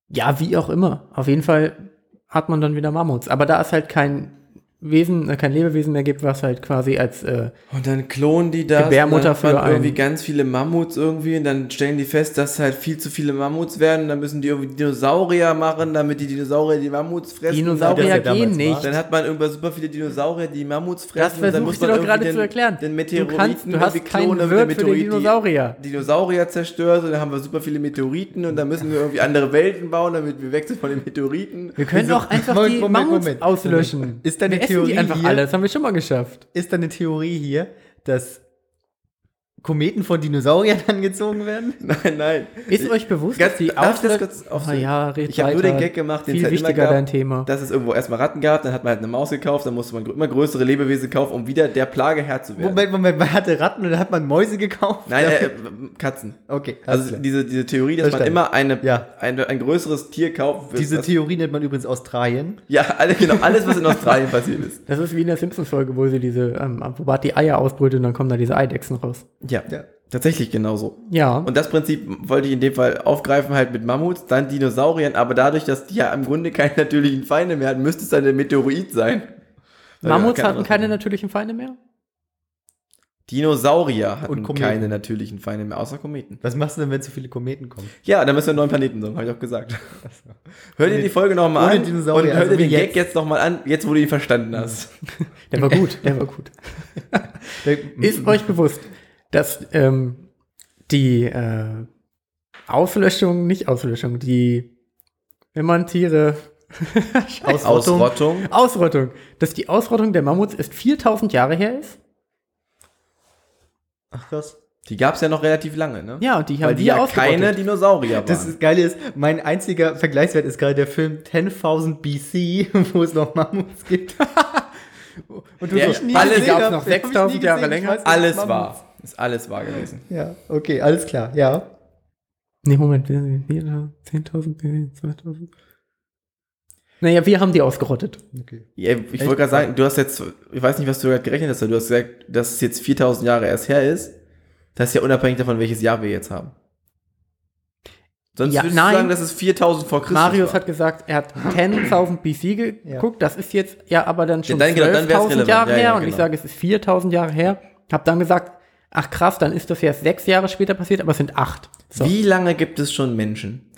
Ja, wie auch immer. Auf jeden Fall hat man dann wieder Mammuts. Aber da es halt kein Wesen, äh, kein Lebewesen mehr gibt, was halt quasi als äh, Und dann klonen die das. Gebärmutter und dann hat für man irgendwie einen. ganz viele Mammuts irgendwie und dann stellen die fest, dass halt viel zu viele Mammuts werden und dann müssen die irgendwie Dinosaurier machen, damit die Dinosaurier die Mammuts fressen. das Dinosaurier ja gehen damals nicht. war. Dann hat man irgendwann super viele Dinosaurier, die Mammuts fressen. Das und dann versuche muss ich dir man doch gerade irgendwie zu erklären. Den Du, Meteoriten kannst, du irgendwie hast keinen klonen, damit der Wirt für den Meteorit die Dinosaurier. Dinosaurier zerstört und dann haben wir super viele Meteoriten und dann müssen wir irgendwie andere Welten bauen, damit wir wechseln von den Meteoriten. Wir können doch einfach Moment, die Moment, Mammuts Moment. auslöschen. Ist deine wir essen Theorie die einfach hier- alle. Das haben wir schon mal geschafft. Ist da eine Theorie hier, dass Kometen von Dinosauriern angezogen werden? Nein, nein. Ist euch bewusst, Ganz- dass die Äh, darf ich das kurz auf aufsehen? ja, red Ich habe nur weiter. den Gag gemacht, den Viel es halt immer wichtiger gab. dein Thema. dass es irgendwo erstmal Ratten gab, dann hat man halt eine Maus gekauft, dann musste man gr- immer größere Lebewesen kaufen, um wieder der Plage Herr zu werden. Moment, Moment, man hatte Ratten und dann hat man Mäuse gekauft? Nein, äh, äh, Katzen. Okay, alles Also klar. diese, diese Theorie, dass Verstanden. man immer eine, Ja. ein, ein größeres Tier kauft. diese das, Theorie nennt man übrigens Australien. Ja, alle, genau, alles, was in Australien passiert ist. Das ist wie in der Simpsons-Folge, wo sie diese, ähm, wo Bart die Eier ausbrütet und dann kommen da diese Eidechsen raus. Ja, tatsächlich genauso. Ja. Und das Prinzip wollte ich in dem Fall aufgreifen, halt mit Mammuts, dann Dinosauriern, aber dadurch, dass die ja im Grunde keine natürlichen Feinde mehr hatten, müsste es dann der Meteorit sein. Weil wir Mammuts keine hatten anderen keine haben. natürlichen Feinde mehr? Dinosaurier hatten Und Kometen. keine natürlichen Feinde mehr, außer Kometen. Was machst du denn, wenn zu viele Kometen kommen? Ja, dann müssen wir einen neuen Planeten suchen, habe ich auch gesagt. Hör dir die Folge nochmal ohne an Dinosaurier, und hör also dir wie den Gag jetzt. jetzt nochmal an, jetzt wo du ihn verstanden hast. Der war gut, der war gut. Ist euch bewusst, dass ähm, die äh, Auslöschung, nicht Auslöschung, die, wenn man Tiere, Ausrottung. Ausrottung. Ausrottung, dass die Ausrottung der Mammuts erst 4000 Jahre her ist? Ach, krass. Die gab es ja noch relativ lange, ne? Ja, und die haben Weil die wir ja ausgerottet. keine Dinosaurier waren. Das ist, Geile ist, mein einziger Vergleichswert ist gerade der Film 10.000 BC, wo es noch Mammuts gibt. Und Ja, ich nie alles gesehen gab's hab. noch Hab ich nie 6.000 Jahre gesehen. länger. Ich weiß, dass alles Mammuts- wahr. Ist alles wahr gewesen. Ja, okay, alles klar, ja. Nee, Moment, wir sind hier da, 10.000, nee, 2000. Naja, wir haben die ausgerottet. Okay. Ja, ich wollte gerade sagen, du hast jetzt, ich weiß nicht, was du gerade gerechnet hast, aber du hast gesagt, dass es jetzt 4000 Jahre erst her ist. Das ist ja unabhängig davon, welches Jahr wir jetzt haben. Sonst Ja, würdest nein. du sagen, das ist 4000 vor Christus. Marius war. hat gesagt, er hat 10.000 BC geguckt, das ist jetzt ja aber dann schon Ja, dann genau, dann wär's 12.000 relevant. Jahre Ja, ja, her und ich genau. sage, es ist 4.000 Jahre her. Hab dann gesagt, ach krass, dann ist das ja erst sechs Jahre später passiert, aber es sind acht. So. Wie lange gibt es schon Menschen?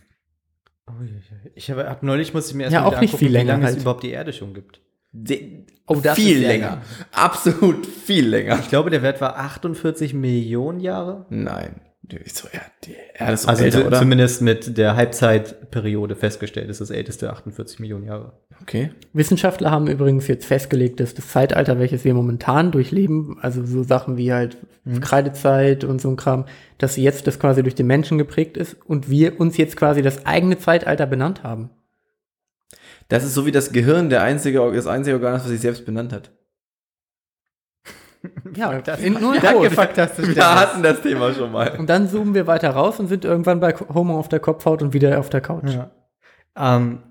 Ich habe ab neulich musste ich mir erst Ja, mal auch nicht viel wie länger lange halt. es überhaupt die Erde schon gibt. De Oh, das viel ist länger. länger. Absolut viel länger. Ich glaube, der Wert war 48 Millionen Jahre. Nein. Die ist so, ja, die Erde ist so Also älter, zu- oder? zumindest mit der Halbzeitperiode festgestellt ist das älteste 48 Millionen Jahre. Okay. Wissenschaftler haben übrigens jetzt festgelegt, dass das Zeitalter, welches wir momentan durchleben, also so Sachen wie halt Mhm. Kreidezeit und so ein Kram, dass jetzt das quasi durch den Menschen geprägt ist und wir uns jetzt quasi das eigene Zeitalter benannt haben. Das ist so wie das Gehirn, der einzige, Or- das einzige Organ, ist, was sich selbst benannt hat. Ja, das in, nur in Danke, Rot. fantastisch. Wir Dennis. hatten das Thema schon mal. Und dann zoomen wir weiter raus und sind irgendwann bei Homer auf der Kopfhaut und wieder auf der Couch. Ja. Ähm,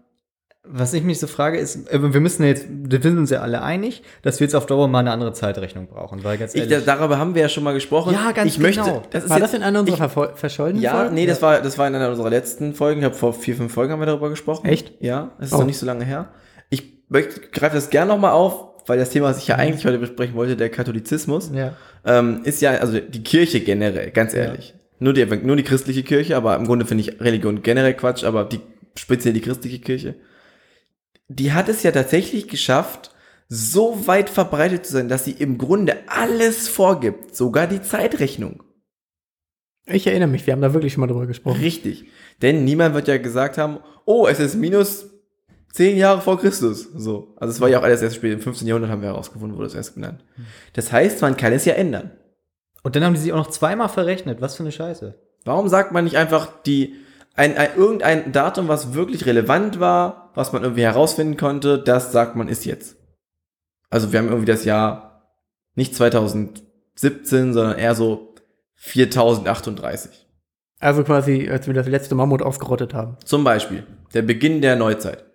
was ich mich so frage, ist, äh, wir müssen jetzt, wir sind uns ja alle einig, dass wir jetzt auf Dauer mal eine andere Zeitrechnung brauchen, weil ganz Ich, ehrlich. darüber haben wir ja schon mal gesprochen. Ja, ganz ich möchte, genau. Das ist War jetzt, das in einer ich- unserer verfol- verschollenen Ja, Folgen? nee, das war, das war in einer unserer letzten Folgen. Ich habe vor vier, fünf Folgen haben wir darüber gesprochen. Echt? Ja, es ist Oh. noch nicht so lange her. Ich möchte- greife das gerne nochmal auf, weil das Thema, was ich Mhm. ja eigentlich heute besprechen wollte, der Katholizismus, Ja. ähm, ist ja, also die Kirche generell, ganz ehrlich. Nur, die, nur die christliche Kirche, aber im Grunde finde ich Religion generell Quatsch, aber die, speziell die christliche Kirche, die hat es ja tatsächlich geschafft, so weit verbreitet zu sein, dass sie im Grunde alles vorgibt, sogar die Zeitrechnung. Ich erinnere mich, wir haben da wirklich schon mal drüber gesprochen. Richtig. Denn niemand wird ja gesagt haben, oh, es ist minus 10 Jahre vor Christus. So. Also es war ja auch alles erst spät. Im 15. Jahrhundert haben wir herausgefunden, wurde es erst genannt. Das heißt, man kann es ja ändern. Und dann haben die sich auch noch zweimal verrechnet. Was für eine Scheiße. Warum sagt man nicht einfach die, ein, ein, irgendein Datum, was wirklich relevant war, was man irgendwie herausfinden konnte, das sagt man ist jetzt. Also wir haben irgendwie das Jahr nicht 2017, sondern eher so 4038. Also quasi, als wir das letzte Mammut ausgerottet haben. Zum Beispiel der Beginn der Neuzeit.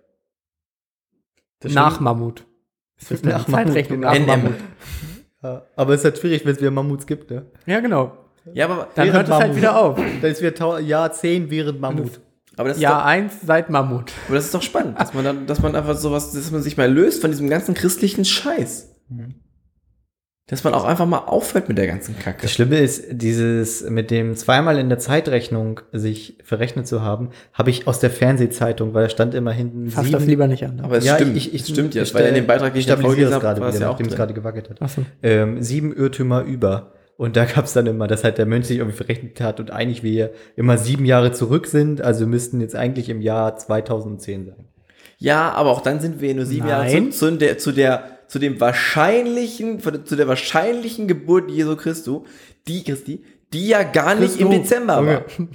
nach Mammut. Ist das Nach nach Mammut, Zeitrechnung genau. nach NM. Mammut. Ja, aber es ist halt schwierig, wenn es wieder Mammuts gibt, ne? Ja, genau. Ja, aber Dann Während hört es halt Mammut. wieder auf. Dann ist wieder Tau Jahr 10 während Mammut. Aber das, Jahr ist eins seit Mammut. doch, aber das ist doch spannend, dass man dann, dass man einfach sowas, dass man sich mal löst von diesem ganzen christlichen Scheiß. Dass man auch einfach mal aufhört mit der ganzen Kacke. Das Schlimme ist, dieses mit dem zweimal in der Zeitrechnung sich verrechnet zu haben, habe ich aus der Fernsehzeitung, weil da stand immer hinten Fass das lieber nicht an. Aber es ja, stimmt, ich, ich, es stimmt ja. Ich, weil in dem Beitrag, den ich ich ja stabilisiere vorgelesen das habe, gerade war es wieder, ja auch nachdem es drin. gerade gewackelt hat. Ach so. Ähm, sieben Irrtümer über. Und da gab es dann immer, dass halt der Mönch sich irgendwie verrechnet hat und eigentlich wir immer sieben Jahre zurück sind, also müssten jetzt eigentlich im Jahr 2010 sein. Ja, aber auch dann sind wir nur sieben Jahre zu, Nein. zu, der, zu der zu dem wahrscheinlichen zu der wahrscheinlichen Geburt Jesu Christu, die Christi, die ja gar nicht im Christo. Dezember war. Junge.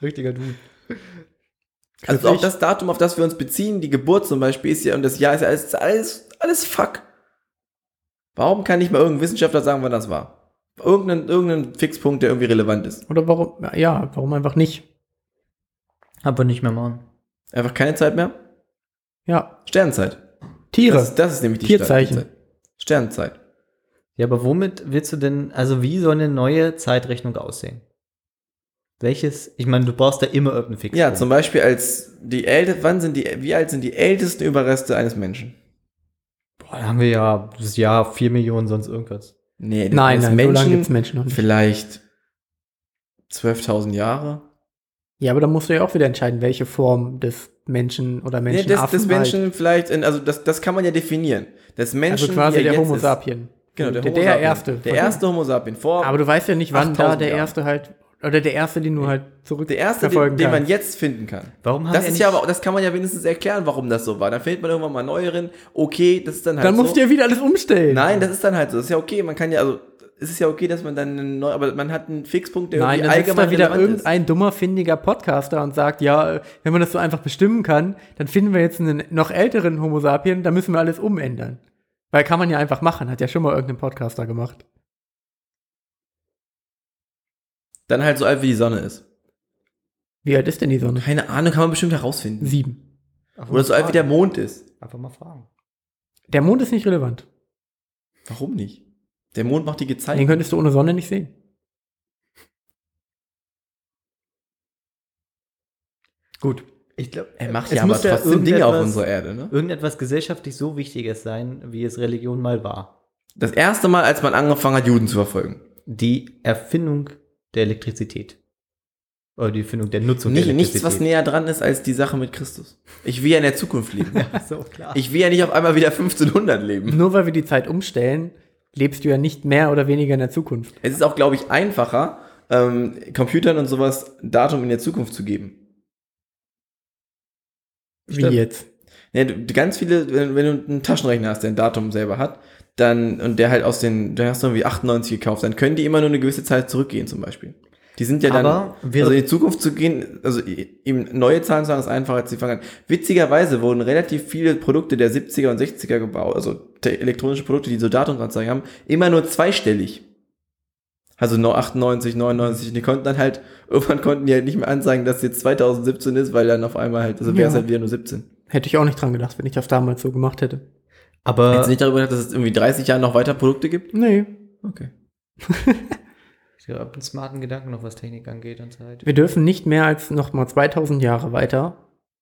Richtiger Du. Also auch das Datum, auf das wir uns beziehen, die Geburt zum Beispiel ist ja und das Jahr ist ja alles, ist alles, alles Fuck. Warum kann nicht mal irgendein Wissenschaftler sagen, wann das war? Irgendeinen, irgendeinen Fixpunkt, der irgendwie relevant ist. Oder warum, ja, warum einfach nicht? Aber nicht mehr machen. Einfach keine Zeit mehr? Ja, Sternzeit. Tiere. Das, ist- das ist nämlich die Tierzeichen. Sternzeit. Sternzeit. Ja, aber womit willst du denn, also wie soll eine neue Zeitrechnung aussehen? Welches, ich meine, du brauchst da immer irgendeinen Fix. Ja, zum Beispiel als die ältesten, wann sind die, wie alt sind die ältesten Überreste eines Menschen? Boah, da haben wir ja das Jahr vier Millionen sonst irgendwas. Nee, nein, eines nein, so lange gibt es Menschen Menschen noch nicht. vielleicht 12.000 Jahre. Ja, aber da musst du ja auch wieder entscheiden, welche Form des Menschen oder Nee, Menschenaffen das, das halt. Menschen vielleicht, in, also das, das kann man ja definieren. Das Menschen, also quasi wie er der jetzt Homo ist. sapien. Genau, der, der, Homo der sapien. erste. Der erste Homo sapien. Vor, Aber du weißt ja nicht, wann da 8000 der Jahre. erste halt, oder der erste, den du halt zurück der erste, den, verfolgen den man kannst. jetzt finden kann. Warum haben Das wir ist nicht- ja aber, auch- das kann man ja wenigstens erklären, warum das so war. Dann findet man irgendwann mal einen neueren. Okay, das ist dann halt Dann so. musst du ja wieder alles umstellen. Nein, das ist dann halt so. Das ist ja okay. Man kann ja, also, es ist ja okay, dass man dann einen neuen, aber man hat einen Fixpunkt, der Nein, dann sitzt da wieder irgendein dummer, findiger Podcaster und sagt, ja, äh, wenn man das so einfach bestimmen kann, dann finden wir jetzt einen noch älteren Homo sapien, da müssen wir alles umändern. Weil kann man ja einfach machen, hat ja schon mal irgendein Podcaster gemacht. Dann halt so alt, wie die Sonne ist. Wie alt ist denn die Sonne? Keine Ahnung, kann man bestimmt herausfinden. Sieben. Einfach Oder mal so alt, wie der fragen. Mond ist. Einfach mal fragen. Der Mond ist nicht relevant. Warum nicht? Der Mond macht die Ah, Den Gezeiten. könntest du ohne Sonne nicht sehen. Gut. Ich glaube, Er Äh, Es macht ja aber muss ja trotzdem Dinge auf irgendetwas- unserer Erde, ne? irgendetwas gesellschaftlich so Wichtiges sein, wie es Religion mal war. Das erste Mal, als man angefangen hat, Juden zu verfolgen. Die Erfindung der Elektrizität. Oder die Erfindung der Nutzung Nicht, der nichts, was Elektrizität. näher dran ist als die Sache mit Christus. Ich will ja in der Zukunft leben. was so, klar. Ich will ja nicht auf einmal wieder 1500 leben. Nur weil wir die Zeit umstellen, lebst du ja nicht mehr oder weniger in der Zukunft. Es ist auch, glaube ich, einfacher, ähm, Computern und sowas ein Datum in der Zukunft zu geben. Wie Stimmt. jetzt. Ja, du, du- ganz viele, wenn, wenn du einen Taschenrechner hast, der ein Datum selber hat, dann, und der halt aus den, da hast du irgendwie 98 gekauft, dann können die immer nur eine gewisse Zeit zurückgehen, zum Beispiel. Die sind ja dann, Aber wäre- also in die Zukunft zu gehen, also ihm neue Zahlen zu sagen, ist einfacher als die vergangenen. Witzigerweise wurden relativ viele Produkte der 70er und 60er gebaut, also te- elektronische Produkte, die so Datumsanzeigen haben, immer nur zweistellig. Also nur 98, 99, die konnten dann halt, irgendwann konnten die halt nicht mehr anzeigen, dass jetzt 2017 ist, weil dann auf einmal halt, also wäre es Ja. halt wieder nur 17. Hätte ich auch nicht dran gedacht, wenn ich das damals so gemacht hätte. Aber Hättest du nicht darüber gedacht, dass es irgendwie 30 Jahre noch weiter Produkte gibt? Nee. Okay. ich habe einen smarten Gedanken noch, was Technik angeht und Zeit. Wir dürfen nicht mehr als nochmal 2000 Jahre weiter,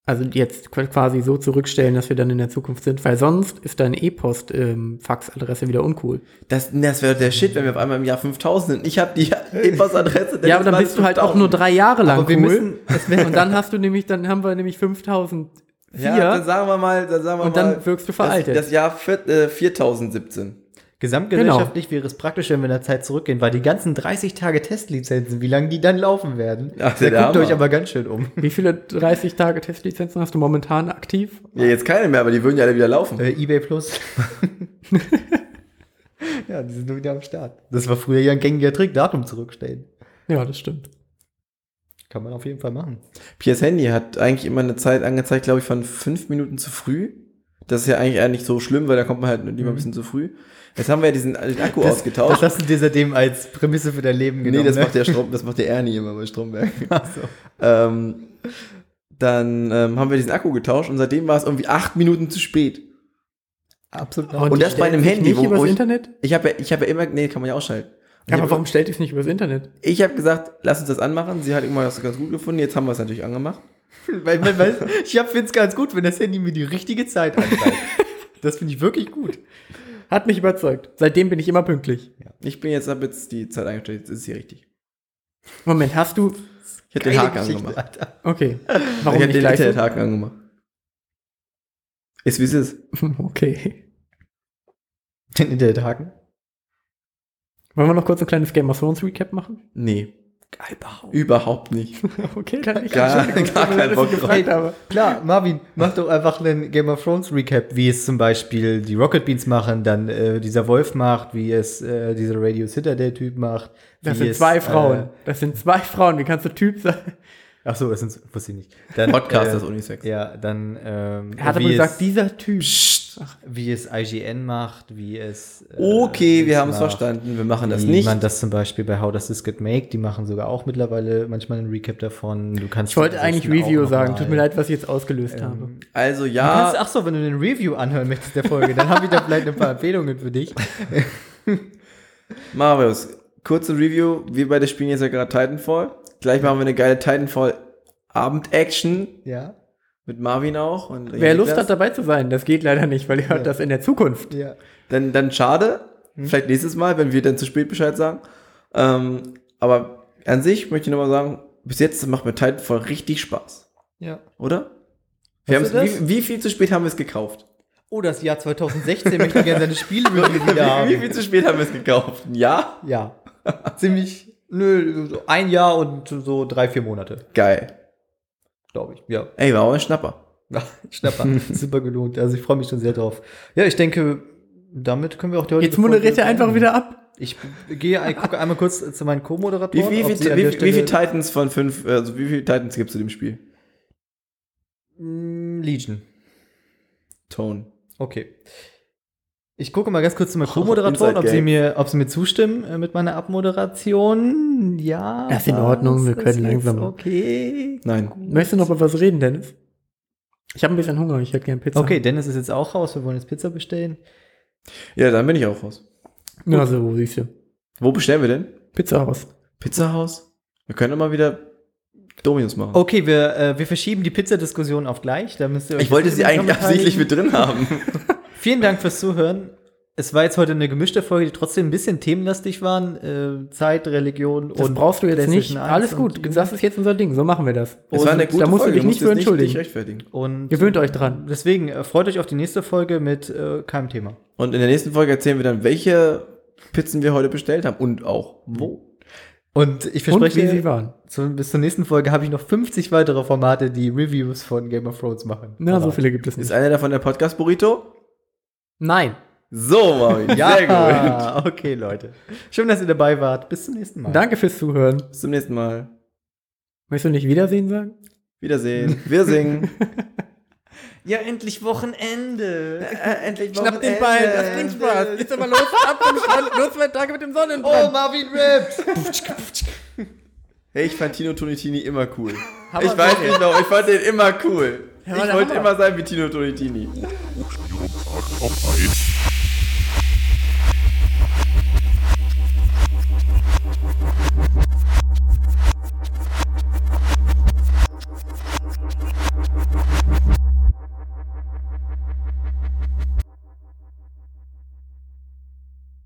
also jetzt qu- quasi so zurückstellen, dass wir dann in der Zukunft sind, weil sonst ist deine E-Post-Faxadresse wieder uncool. Das, das wäre der Shit, wenn wir auf einmal im Jahr 5000 sind. Ich habe die E-Post-Adresse. ja, aber dann bist du halt auch nur drei Jahre lang Aber wir cool. müssen- und dann hast du nämlich, dann haben wir nämlich 5004 Ja, dann sagen wir mal, dann sagen wir und mal, dann wirkst du veraltet. Das, das Jahr vier, äh, 4017. Gesamtgesellschaftlich wäre es praktisch, wenn wir in der Zeit zurückgehen, weil die ganzen 30 Tage Testlizenzen, wie lange die dann laufen werden, Ach, da der guckt Hammer. euch aber ganz schön um. Wie viele 30 Tage Testlizenzen hast du momentan aktiv? Ja, jetzt keine mehr, aber die würden ja alle wieder laufen. Äh, eBay Plus. ja, die sind nur wieder am Start. Das war früher ja ein gängiger Trick, Datum zurückstellen. Ja, das stimmt. Kann man auf jeden Fall machen. Piers Handy hat eigentlich immer eine Zeit angezeigt, glaube ich, von fünf Minuten zu früh. Das ist ja eigentlich eher nicht so schlimm, weil da kommt man halt lieber Mhm. ein bisschen zu früh. Jetzt haben wir ja diesen den Akku Das ausgetauscht. hast du dir seitdem als Prämisse für dein Leben genommen. nee, das ne? macht, der Strom, das macht der Ernie immer bei Stromberg. Ach so. ähm, dann ähm, haben wir diesen Akku getauscht und seitdem war es irgendwie acht Minuten zu spät. Absolut. Und das bei einem stellt sich Handy, Nicht wo- übers wo ich- Internet? Ich habe ja, ich habe ja immer, nee, kann man ja ausschalten. Ich Aber hab- warum stellt ihr es nicht übers Internet? Ich habe gesagt, lass uns das anmachen. Sie hat immer das ganz gut gefunden. Jetzt haben wir es natürlich angemacht. Weil, weil, weil, ich finde es ganz gut, wenn das Handy mir die richtige Zeit anzeigt. das finde ich wirklich gut. Hat mich überzeugt. Seitdem bin ich immer pünktlich. Ich bin jetzt, habe jetzt die Zeit eingestellt. Jetzt ist sie richtig. Moment, hast du. Ich habe den Geile Haken Geschichte, angemacht. Alter. Okay. ich Warum habe nicht den gleich? so? Internethaken angemacht. Ist wie es ist. Okay. Den Internethaken. Wollen wir noch kurz ein kleines Game of Thrones Recap machen? Nee. Überhaupt nicht. Äh, Okay, dann ich Gar- Entschuldigung, gar dass kein ich Bock gefragt habe. Klar, Marvin, mach doch einfach einen Game of Thrones Recap, wie es zum Beispiel die Rocket Beans machen, dann äh, dieser Wolf macht, wie es äh, dieser Radio Citadel Typ macht. Das wie sind es, zwei äh, Frauen. Das sind zwei Frauen. Wie kannst du Typ sein? Ach so, es sind, wusste ich nicht. Dann, Podcast äh, ist Unisex. Ja, dann, ähm, Er hat aber wie gesagt, es, dieser Typ. wie es IGN macht, wie es. äh, Okay, wir Dings haben es macht. verstanden. Wir machen das Das nicht. man das zum Beispiel bei How Does This Get Make, die machen sogar auch mittlerweile manchmal einen Recap davon. Du kannst Ich wollte eigentlich ansonsten auch Review noch sagen. mal- Tut mir leid, was ich jetzt ausgelöst Ähm, habe. Also Du kannst, ja, ach so, wenn du den Review anhören möchtest der Folge, dann habe ich da vielleicht ein paar Empfehlungen für dich. Marius, kurze Review. Wir beide spielen jetzt ja gerade Titanfall. Gleich machen wir eine geile Titanfall-Abend-Action Ja, mit Marvin auch. Und Wer Lust Niklas. hat, dabei zu sein, das geht leider nicht, weil ihr hört Ja. das in der Zukunft. ja. Dann, dann schade. Hm. Vielleicht nächstes Mal, wenn wir dann zu spät Bescheid sagen. Ähm, aber an sich möchte ich nochmal sagen, bis jetzt macht mir Titanfall richtig Spaß. ja. Oder? Wir Hast haben's, du das? wie, wie viel zu spät haben wir es gekauft? Oh, das Jahr 2016 möchte ich gerne seine Spielreview wieder Wie haben. viel zu spät haben wir es gekauft? Ja? Ja, ziemlich, nö, so ein Jahr und so drei, vier Monate, Geil. glaube ich. Ja, Ey, war auch ein Schnapper. Ja, Schnapper, super gelohnt. Also ich freue mich schon sehr drauf. Ja, ich denke, damit können wir auch die heutige Jetzt moderiert Folge ihr einfach beenden. wieder ab. Ich gehe ein- gucke einmal kurz zu meinen Wie, Co-Moderatoren. wie, ob wie, sie an wie, der wie, wie Stelle- viele Titans von fünf, also wie viele Titans gibst du dem Spiel? Mm, Legion. Tone. Okay. Ich gucke mal ganz kurz zu meinen Inside Co-Moderatoren, ob sie Game. mir, ob sie mir zustimmen äh, mit meiner Abmoderation. Ja. Das ist in was? Ordnung, wir Das können ist langsamer. Okay. Nein. Möchtest du noch mal was reden, Dennis? Ich habe ein bisschen Hunger, ich hätte gern Pizza. Okay, Dennis ist jetzt auch raus. Wir wollen jetzt Pizza bestellen. Ja, dann bin ich auch raus. Na so, siehst du. Wo bestellen wir denn? Pizza Haus. Pizza Haus? Wir können immer wieder Dominus machen. Oh, Okay, wir, äh, wir verschieben die Pizzadiskussion auf gleich. Da müsst ihr euch ich wollte sie eigentlich beteiligen. absichtlich mit drin haben. Vielen Dank fürs Zuhören. Es war jetzt heute eine gemischte Folge, die trotzdem ein bisschen themenlastig waren. Äh, Zeit, Religion Das brauchst du jetzt nicht. PlayStation 1 Alles und- gut, das ist jetzt unser Ding, so machen wir das. Es war eine gute da musst Folge, du dich nicht musst für jetzt entschuldigen. dich rechtfertigen. Und Gewöhnt euch dran. Deswegen äh, freut euch auf die nächste Folge mit äh, keinem Thema. Und in der nächsten Folge erzählen wir dann, welche Pizzen wir heute bestellt haben und auch wo. Und ich Und wie verspreche, sie waren. zu, bis zur nächsten Folge habe ich noch 50 weitere Formate, die Reviews von Game of Thrones machen. Na, so Aber- viele gibt es Ist nicht. einer davon der Podcast Burrito? Nein. So, Marvin. Sehr gut. Ja, okay, Leute. Schön, dass ihr dabei wart. Bis zum nächsten Mal. Danke fürs Zuhören. Bis zum nächsten Mal. Möchtest du nicht Wiedersehen sagen? Wiedersehen. Wir singen. Ja, endlich Wochenende. Äh, endlich Schnapp den Ball, das bringt Spaß. Jetzt aber los, ab zum Strand, los zwei Tage mit dem Sonnenbrand. Oh, Marvin Raps. Hey, ich fand Tino Tonitini immer cool. ich weiß nicht noch, ich fand den immer cool. aber ich wollte da haben wir- immer sein wie Tino Tolentini. Ihren Tag auf 1.